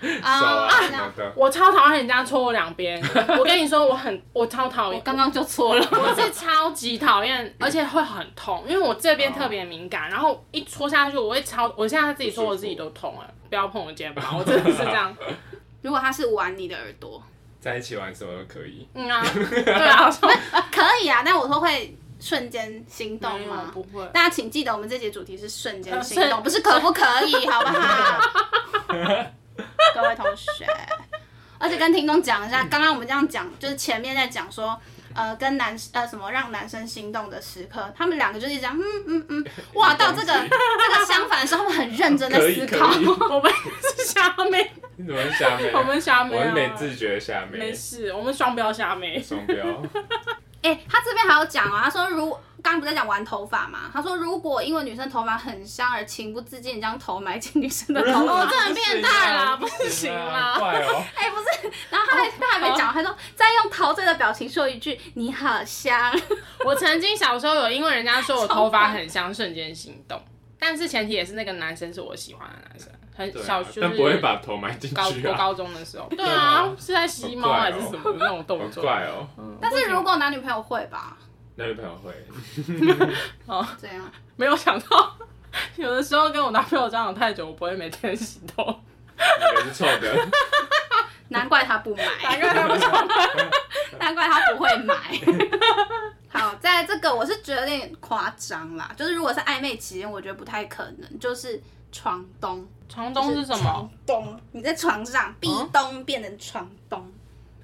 [SPEAKER 3] 手啊
[SPEAKER 2] 啊
[SPEAKER 3] 什么的，
[SPEAKER 1] 我超讨厌人家戳我两边，我跟你说，我很我超讨
[SPEAKER 2] 我
[SPEAKER 1] 厌，
[SPEAKER 2] 刚刚就错了，
[SPEAKER 1] 我是超级讨厌，而且会很痛，因为我这边特别敏感，
[SPEAKER 3] 哦
[SPEAKER 1] 然后一戳下去，我会超，我现在自己说我自己都痛了，不要碰我肩 膀，我真的是这样，
[SPEAKER 2] 如果他是玩你的耳朵，
[SPEAKER 3] 在一起玩什么都可以。
[SPEAKER 1] 嗯啊，对啊，我说
[SPEAKER 2] 呃，可以啊，但我说会瞬间心动
[SPEAKER 1] 没有
[SPEAKER 2] 吗？
[SPEAKER 1] 不会，
[SPEAKER 2] 大家请记得，我们这节主题是瞬间心
[SPEAKER 1] 呃
[SPEAKER 2] 动，
[SPEAKER 1] 是
[SPEAKER 2] 不是可不可 以，好不好？各位同学，而且跟听众讲一下，刚刚我们这样讲，就是前面在讲说，呃，跟男呃什么让男生心动的时刻，他们两个就是一直讲，嗯嗯嗯，哇，到这个这个相反的时候，他们很认真在
[SPEAKER 3] 可以
[SPEAKER 2] 思
[SPEAKER 3] 可 以
[SPEAKER 2] 考。
[SPEAKER 1] 我们是虾妹，
[SPEAKER 3] 你怎么是虾妹？
[SPEAKER 1] 我们虾妹、
[SPEAKER 3] 我
[SPEAKER 1] 啊，
[SPEAKER 3] 是没自觉的虾
[SPEAKER 1] 没
[SPEAKER 3] 妹，
[SPEAKER 1] 事，我们双标虾妹，
[SPEAKER 3] 双标。
[SPEAKER 2] 哎、他这边还有讲哦，他说如刚刚不在讲玩头发嘛，他说如果因为女生头发很香而情不自禁地将头埋进女生的头
[SPEAKER 1] 哦
[SPEAKER 2] 发
[SPEAKER 1] 这，很变态啦不行啦
[SPEAKER 3] 怪哦，
[SPEAKER 2] 哎、不是，然后他还、
[SPEAKER 1] 哦
[SPEAKER 2] 他还没讲，他说再用陶醉的表情说一句你好香，
[SPEAKER 1] 我曾经小时候有因为人家说我头发很香，瞬间心动，但是前提也是那个男生是我喜欢的男生，
[SPEAKER 3] 对
[SPEAKER 1] 很
[SPEAKER 3] 啊
[SPEAKER 1] 小就是
[SPEAKER 3] 但不会把头埋进
[SPEAKER 1] 高
[SPEAKER 3] 去
[SPEAKER 1] 我
[SPEAKER 3] 啊，
[SPEAKER 1] 高中的时候，对
[SPEAKER 3] 啊
[SPEAKER 1] 啊，是在吸猫还是什么那种
[SPEAKER 3] 好
[SPEAKER 1] 动作？
[SPEAKER 3] 怪哦。
[SPEAKER 1] 嗯
[SPEAKER 2] 但是如果男女朋友会 吧，
[SPEAKER 3] 男女朋友会，
[SPEAKER 2] 这样，
[SPEAKER 1] 没有想到， 有的时候跟我男朋友交往太久，我不会每天洗头，
[SPEAKER 3] 你们是臭的，
[SPEAKER 2] 难怪他 不
[SPEAKER 1] 大
[SPEAKER 2] 买，
[SPEAKER 1] 概他们
[SPEAKER 2] 难怪他不会买。 好，在这个我是觉得有点夸张啦，就是如果是暧昧期间，我觉得不太可能，就是床东。
[SPEAKER 1] 床东是什么？嗯
[SPEAKER 2] 东，你在床上壁咚变成床东，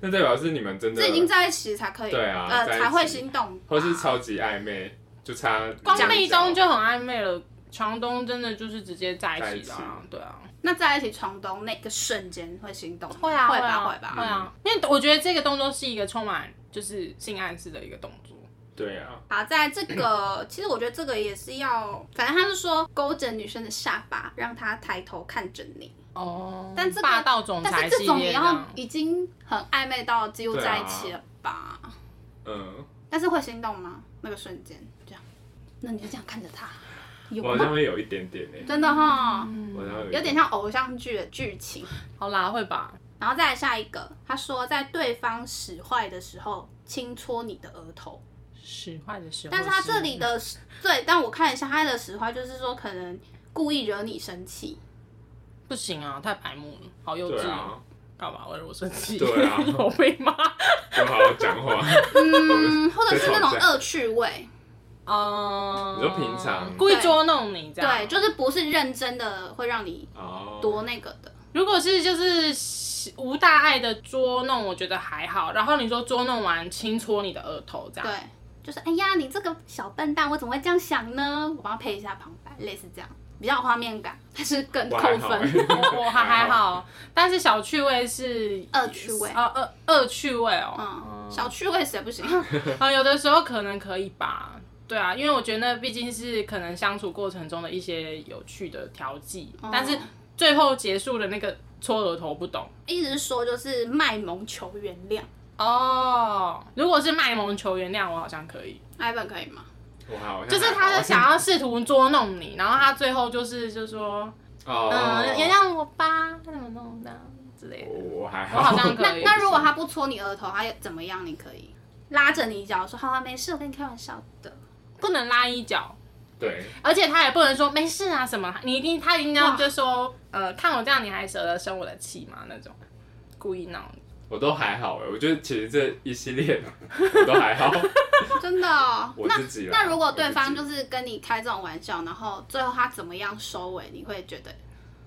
[SPEAKER 3] 那代表是你们真的
[SPEAKER 2] 这已经在一起才可以，
[SPEAKER 3] 对啊在
[SPEAKER 2] 呃，
[SPEAKER 3] 一起
[SPEAKER 2] 才会心动吧，
[SPEAKER 3] 或是超级暧昧，就差
[SPEAKER 1] 光
[SPEAKER 3] 讲
[SPEAKER 1] 壁
[SPEAKER 3] 一讲
[SPEAKER 1] 咚就很暧昧了，床东真的就是直接在一起的啊
[SPEAKER 3] 在一起，
[SPEAKER 1] 对啊。
[SPEAKER 2] 那在一起床东那个瞬间会心动吗，
[SPEAKER 1] 会啊，
[SPEAKER 2] 会吧，
[SPEAKER 1] 啊，
[SPEAKER 2] 会吧。
[SPEAKER 1] 会啊，因为我觉得这个动作是一个充满就是性暗示的一个动作。
[SPEAKER 3] 对啊，
[SPEAKER 2] 好，在这 个，其实我觉得这个也是要，反正他是说勾着女生的下巴，让她抬头看着你。
[SPEAKER 1] 哦，
[SPEAKER 2] 但这个
[SPEAKER 1] 霸道总
[SPEAKER 2] 但
[SPEAKER 1] 裁
[SPEAKER 2] 是这
[SPEAKER 1] 系
[SPEAKER 2] 种
[SPEAKER 1] 列
[SPEAKER 2] 也
[SPEAKER 1] 这
[SPEAKER 2] 要
[SPEAKER 1] 样
[SPEAKER 2] 已经很暧昧到几乎
[SPEAKER 3] 对啊
[SPEAKER 2] 在一起了吧？
[SPEAKER 3] 嗯，
[SPEAKER 2] 但是会心动吗？那个瞬间，这样，那你就这样看着他，有
[SPEAKER 3] 我好
[SPEAKER 2] 吗嗯
[SPEAKER 3] 像？会有一点点诶，
[SPEAKER 2] 真的哈、
[SPEAKER 3] 我好像有一
[SPEAKER 2] 有点像偶像剧的剧情。
[SPEAKER 1] 好啦，会吧？
[SPEAKER 2] 然后再来下一个，他说在对方使坏的时候轻戳你的额头，
[SPEAKER 1] 使坏的时候，
[SPEAKER 2] 但是他这里的对，但我看一下他的使坏，就是说可能故意惹你生气，
[SPEAKER 1] 不行啊，太白目了，好幼
[SPEAKER 3] 对
[SPEAKER 1] 稚
[SPEAKER 3] 啊
[SPEAKER 1] 哦。，干嘛为了我生气？
[SPEAKER 3] 对 啊
[SPEAKER 1] 有病吗？
[SPEAKER 3] 就好好讲话，
[SPEAKER 2] 嗯，或者是那种
[SPEAKER 3] 在吵架
[SPEAKER 2] 恶趣味，
[SPEAKER 1] 嗯，
[SPEAKER 3] 你说平常
[SPEAKER 1] 故意捉弄你这样？
[SPEAKER 2] 哦对，就是不是认真的会让你
[SPEAKER 3] 哦，
[SPEAKER 2] 多那个的，
[SPEAKER 1] 如果是就是无大碍的捉弄，我觉得还好。然后你说捉弄完轻戳你的额头这样，
[SPEAKER 2] 对，就是哎呀，你这个小笨蛋，我怎么会这样想呢？我帮他配一下旁白，类似这样，比较有画面感，但是更
[SPEAKER 3] 我
[SPEAKER 2] 扣
[SPEAKER 3] 还好
[SPEAKER 2] 分。
[SPEAKER 3] 欸
[SPEAKER 1] 我哦我还还，好，但是小趣味是
[SPEAKER 2] 恶趣味
[SPEAKER 1] 啊，恶恶趣味哦，
[SPEAKER 2] 嗯，小趣味谁不行？
[SPEAKER 1] 啊，有的时候可能可以吧，对啊，因为我觉得那毕竟是可能相处过程中的一些有趣的调剂，
[SPEAKER 2] 哦
[SPEAKER 1] 但是最后结束的那个搓额头不懂
[SPEAKER 2] 一直说就是卖萌求原谅
[SPEAKER 1] 哦。如果是卖萌求原谅，我好像可以，
[SPEAKER 2] ，Ivan 可以吗？
[SPEAKER 3] 我好像
[SPEAKER 1] 就是他
[SPEAKER 3] 哦还好
[SPEAKER 1] 就想要试图捉弄你，然后他最后就是就说，
[SPEAKER 3] 哦
[SPEAKER 1] 嗯，，原谅我吧，怎么弄的之类的。
[SPEAKER 3] 我我还
[SPEAKER 1] 我好像可
[SPEAKER 2] 那
[SPEAKER 1] 以
[SPEAKER 2] 那如果他不戳你额头，他也怎么样？你可以拉着你一脚说：“好了，没事，我跟你开玩笑 的。
[SPEAKER 1] 不能拉衣角，
[SPEAKER 3] 对，
[SPEAKER 1] 而且他也不能说没事啊什么，你一定他一定要
[SPEAKER 2] 哇
[SPEAKER 1] 就说，呃，看我这样你还舍得生我的气吗？那种故意闹你，
[SPEAKER 3] 我都还好哎，我觉得其实这一系列我都还 好，”
[SPEAKER 2] 真的哦、
[SPEAKER 3] 我
[SPEAKER 2] 那
[SPEAKER 3] 自己啦啊
[SPEAKER 2] 那如果对
[SPEAKER 3] 我
[SPEAKER 2] 方
[SPEAKER 3] 自己
[SPEAKER 2] 就是跟你开这种玩笑，然后最后他怎么样收尾，你会觉得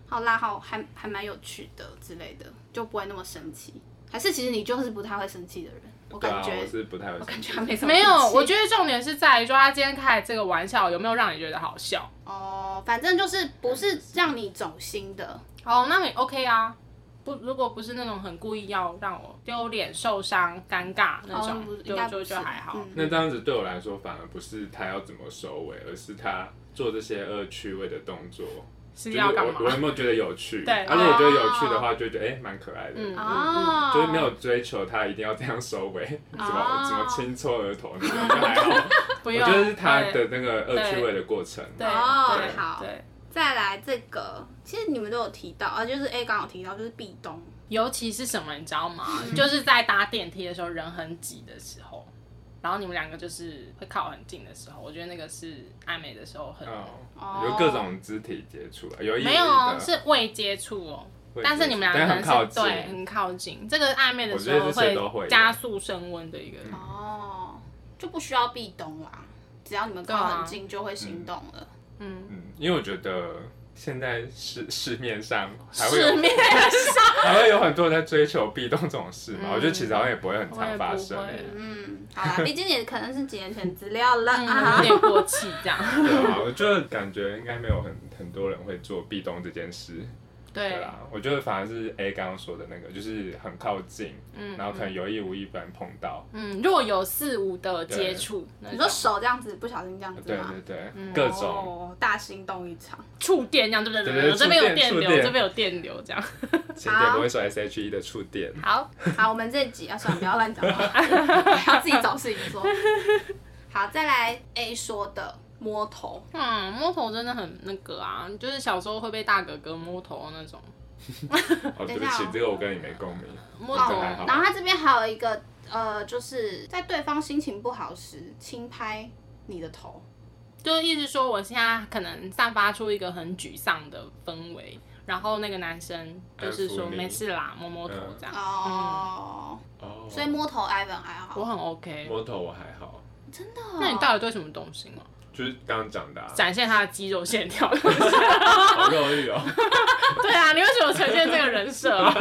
[SPEAKER 2] 好啦，好还还蛮有趣的之类的，就不会那么生气。还是其实你就是不太会生气的人，我
[SPEAKER 3] 对
[SPEAKER 2] 感
[SPEAKER 3] 啊，
[SPEAKER 2] 觉、
[SPEAKER 3] 我是不太会
[SPEAKER 2] 我感
[SPEAKER 3] 生气
[SPEAKER 2] 觉还没什么
[SPEAKER 1] 没有，
[SPEAKER 2] 生气
[SPEAKER 1] 我觉得重点是在于说他今天开的这个玩笑有没有让你觉得好笑。
[SPEAKER 2] 哦，反正就是不是让你走心的，
[SPEAKER 1] 哦，那你 OK 啊？不，如果不是那种很故意要让我丢脸、受伤、尴尬那种，
[SPEAKER 2] 哦不是
[SPEAKER 1] 就
[SPEAKER 2] 应该不
[SPEAKER 1] 就是就还好。
[SPEAKER 2] 嗯
[SPEAKER 3] 那这样子对我来说，反而不是他要怎么收尾，而是他做这些恶趣味的动作，
[SPEAKER 1] 是
[SPEAKER 3] 就是
[SPEAKER 1] 要干
[SPEAKER 3] 我我有
[SPEAKER 1] 嘛？
[SPEAKER 3] 没有觉得有趣？
[SPEAKER 1] 对哦
[SPEAKER 3] 而且我觉得有趣的话，就会觉得哎蛮、可爱的。
[SPEAKER 1] 嗯
[SPEAKER 2] 哦，
[SPEAKER 3] 就是没有追求他一定要这样收尾，什
[SPEAKER 1] 哦
[SPEAKER 3] 么什么轻搓额头 那种就还好，
[SPEAKER 1] 不
[SPEAKER 3] 我
[SPEAKER 1] 用，
[SPEAKER 3] 觉得是他
[SPEAKER 1] 对
[SPEAKER 3] 的那个恶趣味的过程。啊
[SPEAKER 1] 对
[SPEAKER 2] 哦
[SPEAKER 1] 对
[SPEAKER 2] 好
[SPEAKER 1] 对，
[SPEAKER 2] 再来这个，其实你们都有提到啊，就是 A 刚有提到，就是壁咚，
[SPEAKER 1] 尤其是什么，你知道吗？
[SPEAKER 2] 嗯
[SPEAKER 1] 就是在搭电梯的时候，人很挤的时候，然后你们两个就是会靠很近的时候，我觉得那个是暧昧的时候很、
[SPEAKER 3] 哦，有各种肢体接触啊，有意义的
[SPEAKER 1] 没有哦，是未接触哦。
[SPEAKER 3] 会
[SPEAKER 1] 但是你们两个
[SPEAKER 3] 但
[SPEAKER 1] 可
[SPEAKER 3] 很
[SPEAKER 1] 能
[SPEAKER 3] 靠
[SPEAKER 1] 是
[SPEAKER 3] 近，
[SPEAKER 1] 对很靠近，这个暧昧的时候
[SPEAKER 3] 我觉得是谁都会的
[SPEAKER 1] 加速升温的一个。
[SPEAKER 2] 哦，就不需要壁咚啦，只要你们靠很近就会心动了。
[SPEAKER 3] 嗯，因为我觉得现在市市面上还会
[SPEAKER 1] 市
[SPEAKER 3] 有
[SPEAKER 1] 面上
[SPEAKER 3] 还会有很多人在追求壁咚这种事嘛，
[SPEAKER 1] 嗯
[SPEAKER 3] 我觉得其实好像也不会很常发生欸
[SPEAKER 1] 我。也不
[SPEAKER 2] 嗯，好 啦，毕竟也可能是几年前资料了、
[SPEAKER 1] 嗯有
[SPEAKER 2] 啊。
[SPEAKER 1] 点过 气这样。
[SPEAKER 3] 对啊，我就感觉应该没有很很多人会做壁咚这件事。对
[SPEAKER 1] 对，
[SPEAKER 3] 啦，我觉得反而是 A 刚刚说的那个，就是很靠近，
[SPEAKER 1] 嗯
[SPEAKER 3] 然后可能有意无意不然碰到，
[SPEAKER 1] 嗯，若有似无的接触，那
[SPEAKER 2] 你
[SPEAKER 1] 种
[SPEAKER 2] 说手这样子不小心这样子
[SPEAKER 3] 对
[SPEAKER 2] 吗？
[SPEAKER 3] 对对，各种
[SPEAKER 2] 嗯哦，大心动一场。
[SPEAKER 1] 触电这样，对不
[SPEAKER 3] 对
[SPEAKER 1] 对？
[SPEAKER 3] 对
[SPEAKER 1] 这边有
[SPEAKER 3] 触电
[SPEAKER 1] 电
[SPEAKER 3] 触
[SPEAKER 1] 流，
[SPEAKER 3] 电
[SPEAKER 1] 这边有电流，这样。
[SPEAKER 3] 前点不会
[SPEAKER 2] 啊
[SPEAKER 3] 说 S H E 的触电，
[SPEAKER 1] 好，
[SPEAKER 2] 好，我们这一集啊，算了，不要乱讲 话，不要自己找事情做。好，再来 A 说的摸头，
[SPEAKER 1] 嗯，摸头真的很那个啊，就是小时候会被大哥哥摸头那种，
[SPEAKER 3] 哦，对
[SPEAKER 2] 等一
[SPEAKER 3] 不
[SPEAKER 2] 下
[SPEAKER 3] 起
[SPEAKER 2] 哦，
[SPEAKER 3] 这个我跟你没共鸣，
[SPEAKER 1] 摸
[SPEAKER 3] 这
[SPEAKER 1] 头
[SPEAKER 3] 哦个还好
[SPEAKER 2] 然后他这边还有一个呃，就是在对方心情不好时，轻拍你的头。
[SPEAKER 1] 就是意思说我现在可能散发出一个很沮丧的氛围，然后那个男生就是说
[SPEAKER 3] 安抚你
[SPEAKER 1] 没事啦，摸摸头这样，嗯
[SPEAKER 2] 哦，
[SPEAKER 3] 哦，
[SPEAKER 2] 所以摸头 Ivan 还
[SPEAKER 1] 我
[SPEAKER 2] 好，
[SPEAKER 1] 很 OK。
[SPEAKER 3] 摸头我还好，
[SPEAKER 2] 真的哦、
[SPEAKER 1] 那你到底对什么东西吗？
[SPEAKER 3] 就是刚刚讲 的、啊，
[SPEAKER 1] 展现他的肌肉线 条。
[SPEAKER 3] 好肉欲 哦，
[SPEAKER 1] 对啊，你为什么呈现这个人设 啊？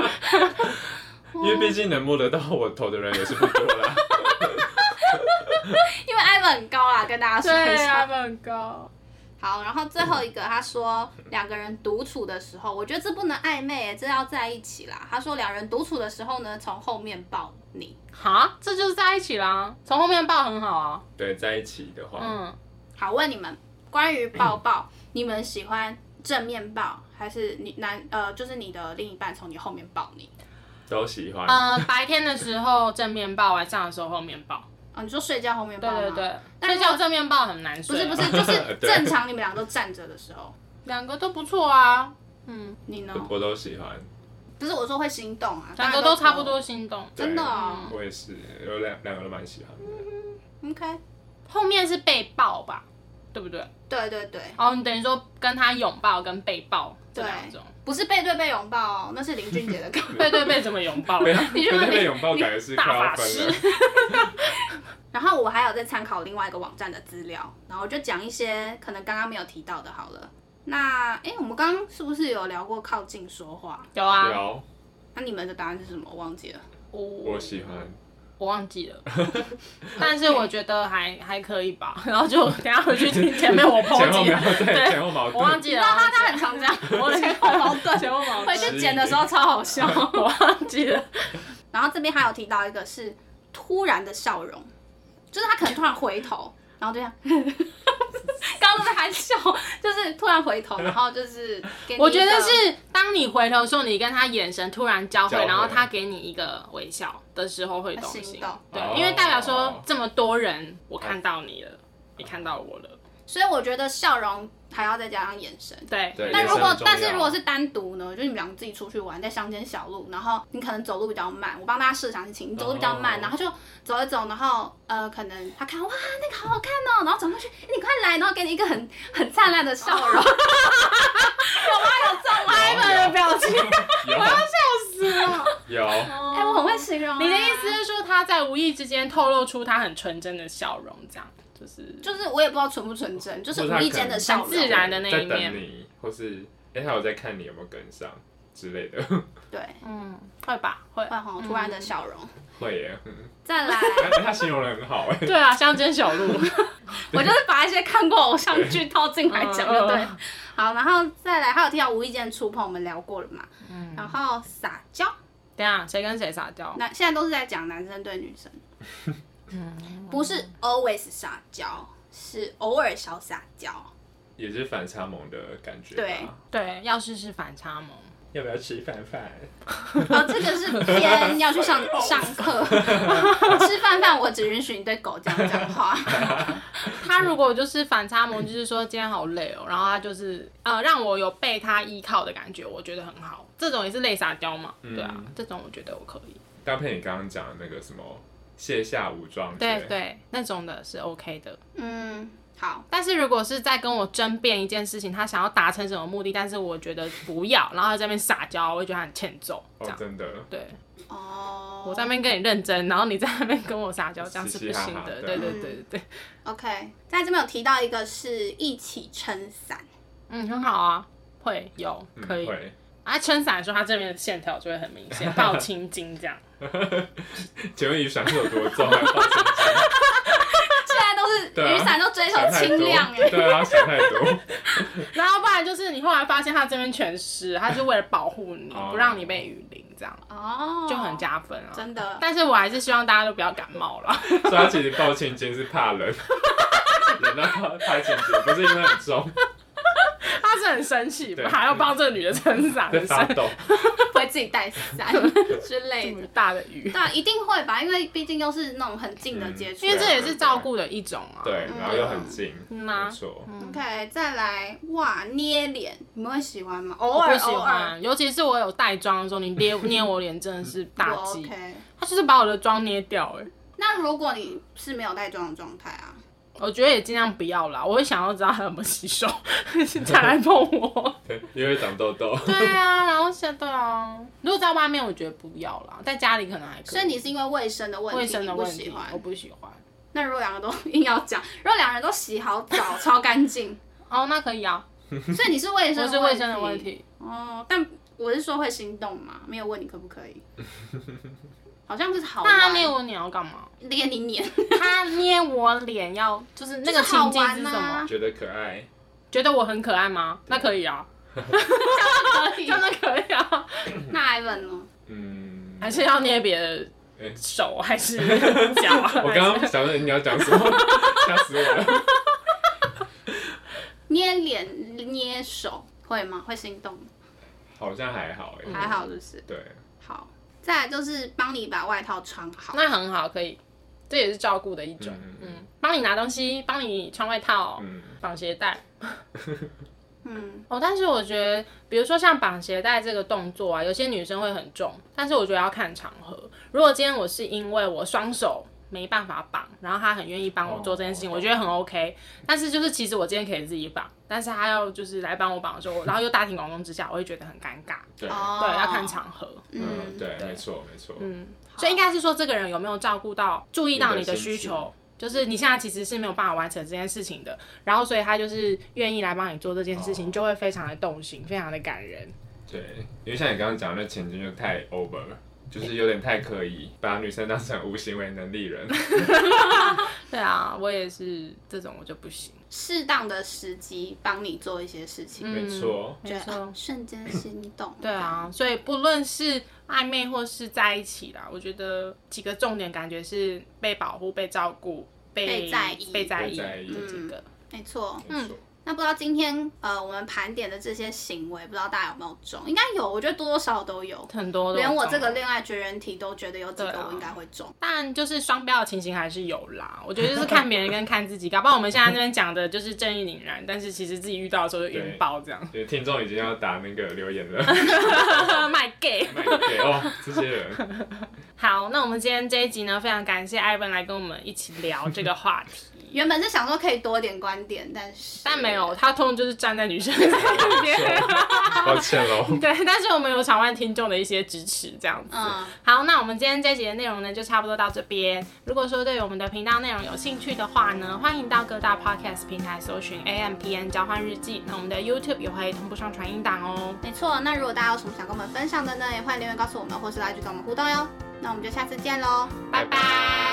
[SPEAKER 3] 因为毕竟能摸得到我头的人也是不多 啦。
[SPEAKER 2] 因为 Ivan 很高啦，跟大家 说一
[SPEAKER 1] 对
[SPEAKER 2] 下
[SPEAKER 1] 啊，。很高。
[SPEAKER 2] 好，然后最后一个，他说两个人独处的时候，我觉得这不能暧昧、这要在一起啦。他说两人独处的时候呢，从后面抱你，
[SPEAKER 1] 哈，这就是在一起啦，从后面抱很好啊。
[SPEAKER 3] 对，在一起的话，
[SPEAKER 1] 嗯，
[SPEAKER 2] 好，问你们关于抱抱，你们喜欢正面抱，还是你男呃，就是你的另一半从你后面抱你？
[SPEAKER 3] 都喜欢。
[SPEAKER 2] 嗯
[SPEAKER 1] 呃，白天的时候正面抱，晚上的时候后面抱。
[SPEAKER 2] 哦，你说睡觉后面
[SPEAKER 1] 对
[SPEAKER 2] 抱吗？
[SPEAKER 1] 对对，
[SPEAKER 2] 但
[SPEAKER 1] 睡
[SPEAKER 2] 如果
[SPEAKER 1] 觉正面抱很难
[SPEAKER 2] 不
[SPEAKER 1] 睡
[SPEAKER 2] 是
[SPEAKER 1] 啊。
[SPEAKER 2] 不是，就是
[SPEAKER 3] 对
[SPEAKER 2] 正常你们俩都站着的时候，
[SPEAKER 1] 两个都不错啊。嗯，
[SPEAKER 2] 你呢
[SPEAKER 3] 我？我都喜欢，
[SPEAKER 2] 不是我说会心动啊，
[SPEAKER 1] 两个
[SPEAKER 2] 大
[SPEAKER 1] 都
[SPEAKER 2] 家
[SPEAKER 1] 差不多心动。
[SPEAKER 3] 对
[SPEAKER 2] 真的哦
[SPEAKER 3] 我也是，有两两个都蛮喜欢的。
[SPEAKER 1] 嗯
[SPEAKER 2] OK，
[SPEAKER 1] 后面是被抱吧，对不对？
[SPEAKER 2] 对对对，
[SPEAKER 1] 哦，你等于说跟他拥抱跟被抱这
[SPEAKER 2] 对
[SPEAKER 1] 两种。
[SPEAKER 2] 不是背对背拥抱哦，那是林俊杰的 歌。
[SPEAKER 1] 背对背怎么拥抱？啊
[SPEAKER 3] 没有，
[SPEAKER 1] 你是不是
[SPEAKER 3] 那个拥抱感觉是快要
[SPEAKER 1] 大法
[SPEAKER 3] 分
[SPEAKER 1] 师
[SPEAKER 3] 了。
[SPEAKER 2] 然后我还有在参考另外一个网站的资料，然后我就讲一些可能刚刚没有提到的，好了。那哎，诶我们刚刚是不是有聊过靠近说话？
[SPEAKER 1] 有啊，
[SPEAKER 3] 有，
[SPEAKER 2] 那你们的答案是什么？我忘记了。
[SPEAKER 1] 我
[SPEAKER 3] 我喜欢。
[SPEAKER 1] 我忘记 了，但是我觉得还还可以吧。然后就等一下回去听前面我
[SPEAKER 3] 前
[SPEAKER 1] 抨
[SPEAKER 3] 后
[SPEAKER 1] 击
[SPEAKER 3] 没有，对，前后矛
[SPEAKER 1] 我忘
[SPEAKER 3] 盾。
[SPEAKER 1] 记了，
[SPEAKER 2] 然后他他很常这样，
[SPEAKER 1] 我
[SPEAKER 2] 前后矛盾，
[SPEAKER 1] 前后矛
[SPEAKER 2] 回
[SPEAKER 1] 盾，
[SPEAKER 2] 去剪的时候超好笑。
[SPEAKER 1] 我忘记了。
[SPEAKER 2] 然后这边还有提到一个是突然的笑容，就是他可能突然回头， 然后 就这样，刚刚在还笑，就是突然 回头，然后就是给你一个
[SPEAKER 1] 我觉得是当你回头的时候，你跟他眼神突然交汇，
[SPEAKER 3] 交汇
[SPEAKER 1] 然后他给你一个微笑的时候会动
[SPEAKER 2] 心
[SPEAKER 1] 心
[SPEAKER 2] 动。
[SPEAKER 1] 对
[SPEAKER 3] 哦，
[SPEAKER 1] 因为代表说这么多人，我看到你了，你看到我了。
[SPEAKER 2] 所以我觉得笑容还要再加上眼神。
[SPEAKER 1] 对，
[SPEAKER 3] 对
[SPEAKER 2] 但
[SPEAKER 3] 眼
[SPEAKER 2] 如
[SPEAKER 3] 神
[SPEAKER 2] 果
[SPEAKER 3] 很重要
[SPEAKER 2] 但是如果是单独呢，就你们两个自己出去玩，在乡间小路，然后你可能走路比较慢，我帮大家设想事情，你走路比较慢，
[SPEAKER 3] 哦
[SPEAKER 2] 然后就走一走，然后呃，可能他看哇那个好好看哦，然后转过去， 你快来，然后给你一个很很灿烂的笑容，
[SPEAKER 1] 哦
[SPEAKER 2] 有吗？有这种吗？
[SPEAKER 3] 有
[SPEAKER 1] 艾文的表情，
[SPEAKER 3] 有有，
[SPEAKER 2] 哎、我很会形容啊、
[SPEAKER 1] 哦你的意思是说他在无意之间透露出他很纯真的笑容，这样就是
[SPEAKER 2] 就是我也不知道纯不纯真，就是无意间的笑容，
[SPEAKER 1] 或者他可能很自然的那一面
[SPEAKER 3] 在等你，或是哎，他有在看你有没有跟上之类的，
[SPEAKER 2] 对，
[SPEAKER 1] 嗯，会吧，会
[SPEAKER 2] 然后突
[SPEAKER 1] 嗯
[SPEAKER 2] 然的笑容。
[SPEAKER 3] 会耶。嗯
[SPEAKER 2] 再来，
[SPEAKER 3] 哎他形容的很好哎，
[SPEAKER 1] 对啊，乡间小路，
[SPEAKER 2] 我就是把一些看过偶像剧套进来讲，就对
[SPEAKER 1] 嗯。
[SPEAKER 2] 好，然后再来，还有提到无意间触碰，我们聊过了嘛？
[SPEAKER 1] 嗯
[SPEAKER 2] 然后撒娇，
[SPEAKER 1] 等一下谁跟谁撒娇？
[SPEAKER 2] 那现在都是在讲男生对女 生，
[SPEAKER 1] 嗯
[SPEAKER 2] 不是 always 撒娇，是偶尔小撒娇。
[SPEAKER 3] 也是反差萌的感觉吧。
[SPEAKER 2] 对
[SPEAKER 1] 对，要试试反差萌。
[SPEAKER 3] 要不要吃饭饭？
[SPEAKER 2] 哦，这个是偏要去上上课， 吃饭饭我只允许你对狗这样讲话。
[SPEAKER 1] 他如果就是反差萌，就是说今天好累哦，然后他就是呃让我有被他依靠的感觉，我觉得很好。这种也是类撒娇嘛，
[SPEAKER 3] 嗯
[SPEAKER 1] 对啊，这种我觉得我可以。
[SPEAKER 3] 搭配你刚刚讲的那个什么卸下武装，
[SPEAKER 1] 对，对，那种的是 OK 的。
[SPEAKER 2] 嗯，好，
[SPEAKER 1] 但是如果是在跟我争辩一件事情，他想要达成什么目的，但是我觉得不要，然后他在那边撒娇，我会觉得他很欠揍。这
[SPEAKER 3] 哦
[SPEAKER 1] 样，
[SPEAKER 3] 真的，
[SPEAKER 1] 对
[SPEAKER 2] 哦，
[SPEAKER 1] 我在那边跟你认真，然后你在那边跟我撒娇，这样是不
[SPEAKER 3] 嘻嘻哈
[SPEAKER 1] 行
[SPEAKER 3] 哈
[SPEAKER 1] 的。对
[SPEAKER 3] 对啊
[SPEAKER 1] 对对对对，
[SPEAKER 2] OK，在这边有提到一个是一起撑伞，
[SPEAKER 1] 嗯，很好啊，会有
[SPEAKER 3] 嗯
[SPEAKER 1] 可以。
[SPEAKER 3] 会
[SPEAKER 1] 啊，撑伞的时候，它这边的线条就会很明 显，到青筋这样。
[SPEAKER 3] 请问雨伞是有多重？啊还有抱歉
[SPEAKER 2] 现在都是
[SPEAKER 3] 对啊
[SPEAKER 2] 雨伞都追求
[SPEAKER 3] 想太
[SPEAKER 2] 轻
[SPEAKER 3] 多
[SPEAKER 2] 量哎、
[SPEAKER 3] 对啊，想太多。
[SPEAKER 1] 然后不然就是你后来发现他这边全湿，他是为了保护你，
[SPEAKER 3] 哦
[SPEAKER 1] 不让你被雨淋，这样
[SPEAKER 2] 哦，
[SPEAKER 1] 就很加分啊。
[SPEAKER 2] 真的。
[SPEAKER 1] 但是我还是希望大家都不要感冒了。
[SPEAKER 3] 所以他其实抱青筋是怕冷，冷到拍青筋，不是因为很重，
[SPEAKER 1] 他是很生气吧，
[SPEAKER 3] 对
[SPEAKER 1] 还要帮这个女的撑伞，
[SPEAKER 3] 在发
[SPEAKER 1] 伞
[SPEAKER 3] 抖。
[SPEAKER 2] 不会自己带 伞之类
[SPEAKER 1] 这么
[SPEAKER 2] 的。
[SPEAKER 1] 大的雨
[SPEAKER 2] 对，啊，一定会吧，因为毕竟又是那种很近的接触。
[SPEAKER 1] 嗯因为这也是照顾的一种啊。
[SPEAKER 3] 对，然后又很近，
[SPEAKER 1] 嗯啊
[SPEAKER 3] 没错。
[SPEAKER 2] OK，再来哇，捏脸，你们会喜欢吗？偶
[SPEAKER 1] 我
[SPEAKER 2] 尔
[SPEAKER 1] 不喜
[SPEAKER 2] 偶尔，
[SPEAKER 1] 欢，尤其是我有带妆的时候，你 捏捏我脸真的是大
[SPEAKER 2] 我
[SPEAKER 1] 忌，
[SPEAKER 2] 哦 OK。
[SPEAKER 1] 他就是把我的妆捏掉哎、欸
[SPEAKER 2] 那如果你是没有带妆的状态啊，
[SPEAKER 1] 我觉得也尽量不要啦，我会想要知道他有没有洗手， 再来碰我。
[SPEAKER 3] 对，因为长痘痘，
[SPEAKER 1] 对啊，然后现对啊，如果在外面我觉得不要啦，在家里可能还可以。
[SPEAKER 2] 所以你是因为卫生的问题，
[SPEAKER 1] 卫生的问
[SPEAKER 2] 你不喜
[SPEAKER 1] 题
[SPEAKER 2] 欢，
[SPEAKER 1] 我。不喜欢。
[SPEAKER 2] 那如果两个都硬要讲，如果两人都洗好澡， 超干净，
[SPEAKER 1] 哦，那可以啊，
[SPEAKER 2] 所以你是卫生，
[SPEAKER 1] 我是卫生的问。题。
[SPEAKER 2] 哦，但我是说会心动嘛，没有问你可不可 以，好像是好玩。
[SPEAKER 1] 那他捏我脸要干 嘛？
[SPEAKER 2] 捏你脸，
[SPEAKER 1] 他捏我脸要就是那个
[SPEAKER 2] 就是好
[SPEAKER 1] 情境是
[SPEAKER 2] 玩
[SPEAKER 1] 什
[SPEAKER 2] 啊
[SPEAKER 1] 么？
[SPEAKER 3] 觉得可爱，
[SPEAKER 1] 觉得我很可爱吗？那可 以啊，
[SPEAKER 2] 可以
[SPEAKER 1] 真的可 以啊，
[SPEAKER 2] 那 Ivan 呢？
[SPEAKER 3] 嗯。
[SPEAKER 1] 还是要捏别的
[SPEAKER 3] 哎
[SPEAKER 1] 手还是 脚啊？
[SPEAKER 3] 我刚刚想问你要讲 什么，吓死我了。
[SPEAKER 2] 捏脸、捏手会吗？会心动吗？
[SPEAKER 3] 好像还好
[SPEAKER 1] 嗯
[SPEAKER 3] 哎，
[SPEAKER 2] 还好，是不是？
[SPEAKER 3] 对，
[SPEAKER 2] 好，再来就是帮你把外套穿好。
[SPEAKER 1] 那很好，可以，这也是照顾的一种
[SPEAKER 3] 嗯。嗯
[SPEAKER 1] 嗯，帮你拿东西，帮你穿外套，
[SPEAKER 3] 嗯，
[SPEAKER 1] 绑鞋带。
[SPEAKER 2] 嗯，
[SPEAKER 1] 哦，但是我觉得，比如说像绑鞋带这个动作啊，有些女生会很重，但是我觉得要看场合。如果今天我是因为我双手没办法绑，然后她很愿意帮我做这件事情，
[SPEAKER 3] 哦
[SPEAKER 1] 我觉得很 OK。但是就是其实我今天可以自己绑，但是她要就是来帮我绑的时候，我然后又大庭广众之下，我会觉得很尴尬。
[SPEAKER 3] 对，
[SPEAKER 2] 哦，
[SPEAKER 1] 对，要看。场合。
[SPEAKER 3] 嗯，
[SPEAKER 2] 嗯，
[SPEAKER 3] 对，没错，没错，
[SPEAKER 1] 嗯，所以应该是说这个人有没有照顾到、注意到你的需
[SPEAKER 3] 你的心
[SPEAKER 1] 求，就是你现在其实是没有办法完成这件事情的，然后所以他就是愿意来帮你做这件事情，
[SPEAKER 3] 哦
[SPEAKER 1] 就会非常的动心，非常的感人。
[SPEAKER 3] 对，因为像你刚刚讲的那情境就太 over，了就是有点太刻意，把女生当成无行为能力人。
[SPEAKER 1] 对啊，我也是这种，我就不行。
[SPEAKER 2] 适当的时机帮你做一些事情，
[SPEAKER 3] 没
[SPEAKER 1] 嗯
[SPEAKER 3] 错，
[SPEAKER 1] 没
[SPEAKER 2] 觉得
[SPEAKER 1] 错
[SPEAKER 2] 啊，瞬间心动。
[SPEAKER 1] 对，啊，所以不论是暧昧或是在一起啦，我觉得几个重点感觉是被保护、被照顾、
[SPEAKER 2] 被在意嗯
[SPEAKER 1] 被在
[SPEAKER 3] 被
[SPEAKER 1] 意
[SPEAKER 3] 在意
[SPEAKER 1] 这几个。
[SPEAKER 2] 没错。
[SPEAKER 1] 嗯
[SPEAKER 3] 没错，
[SPEAKER 2] 那不知道今天呃我们盘点的这些行为，不知道大家有没有中？应该有，我觉得多多少少都有。
[SPEAKER 1] 很多的
[SPEAKER 2] 连我
[SPEAKER 1] 种
[SPEAKER 2] 这个恋爱绝缘体都觉得有几
[SPEAKER 1] 啊对
[SPEAKER 2] 个
[SPEAKER 1] 啊
[SPEAKER 2] 我应该会中。
[SPEAKER 1] 但就是双标的情形还是有啦，我觉得就是看别人跟看自己，搞不好我们现在这边讲的就是正义凛然，但是其实自己遇到的时候就晕爆这 样，
[SPEAKER 3] 对，听众已经要打那个 留言了，
[SPEAKER 1] 卖 gay。
[SPEAKER 3] 卖给哦，这些人，
[SPEAKER 1] 好，那我们今天这一集呢，非常感谢艾文来跟我们一起聊这个话 题，
[SPEAKER 2] 原本是想说可以多点观点，但是
[SPEAKER 1] 但没有，他通常就是站在女生 这边，
[SPEAKER 3] 抱歉喽。
[SPEAKER 1] 对，但是我们有场外听众的一些支持这样子。
[SPEAKER 2] 嗯，
[SPEAKER 1] 好，那我们今天这集的内容呢，就差不多到这边。如果说对于我们的频道内容有兴趣的话呢，欢迎到各大 podcast 平台搜寻 AMPN 交换日记。那我们的 YouTube 也会同步上传音档哦。
[SPEAKER 2] 没错。那如果大家有什么想跟我们分享的呢，也欢迎留言告诉我们，或是来去跟我们互动哟。那我们就下次见喽，
[SPEAKER 1] 拜拜。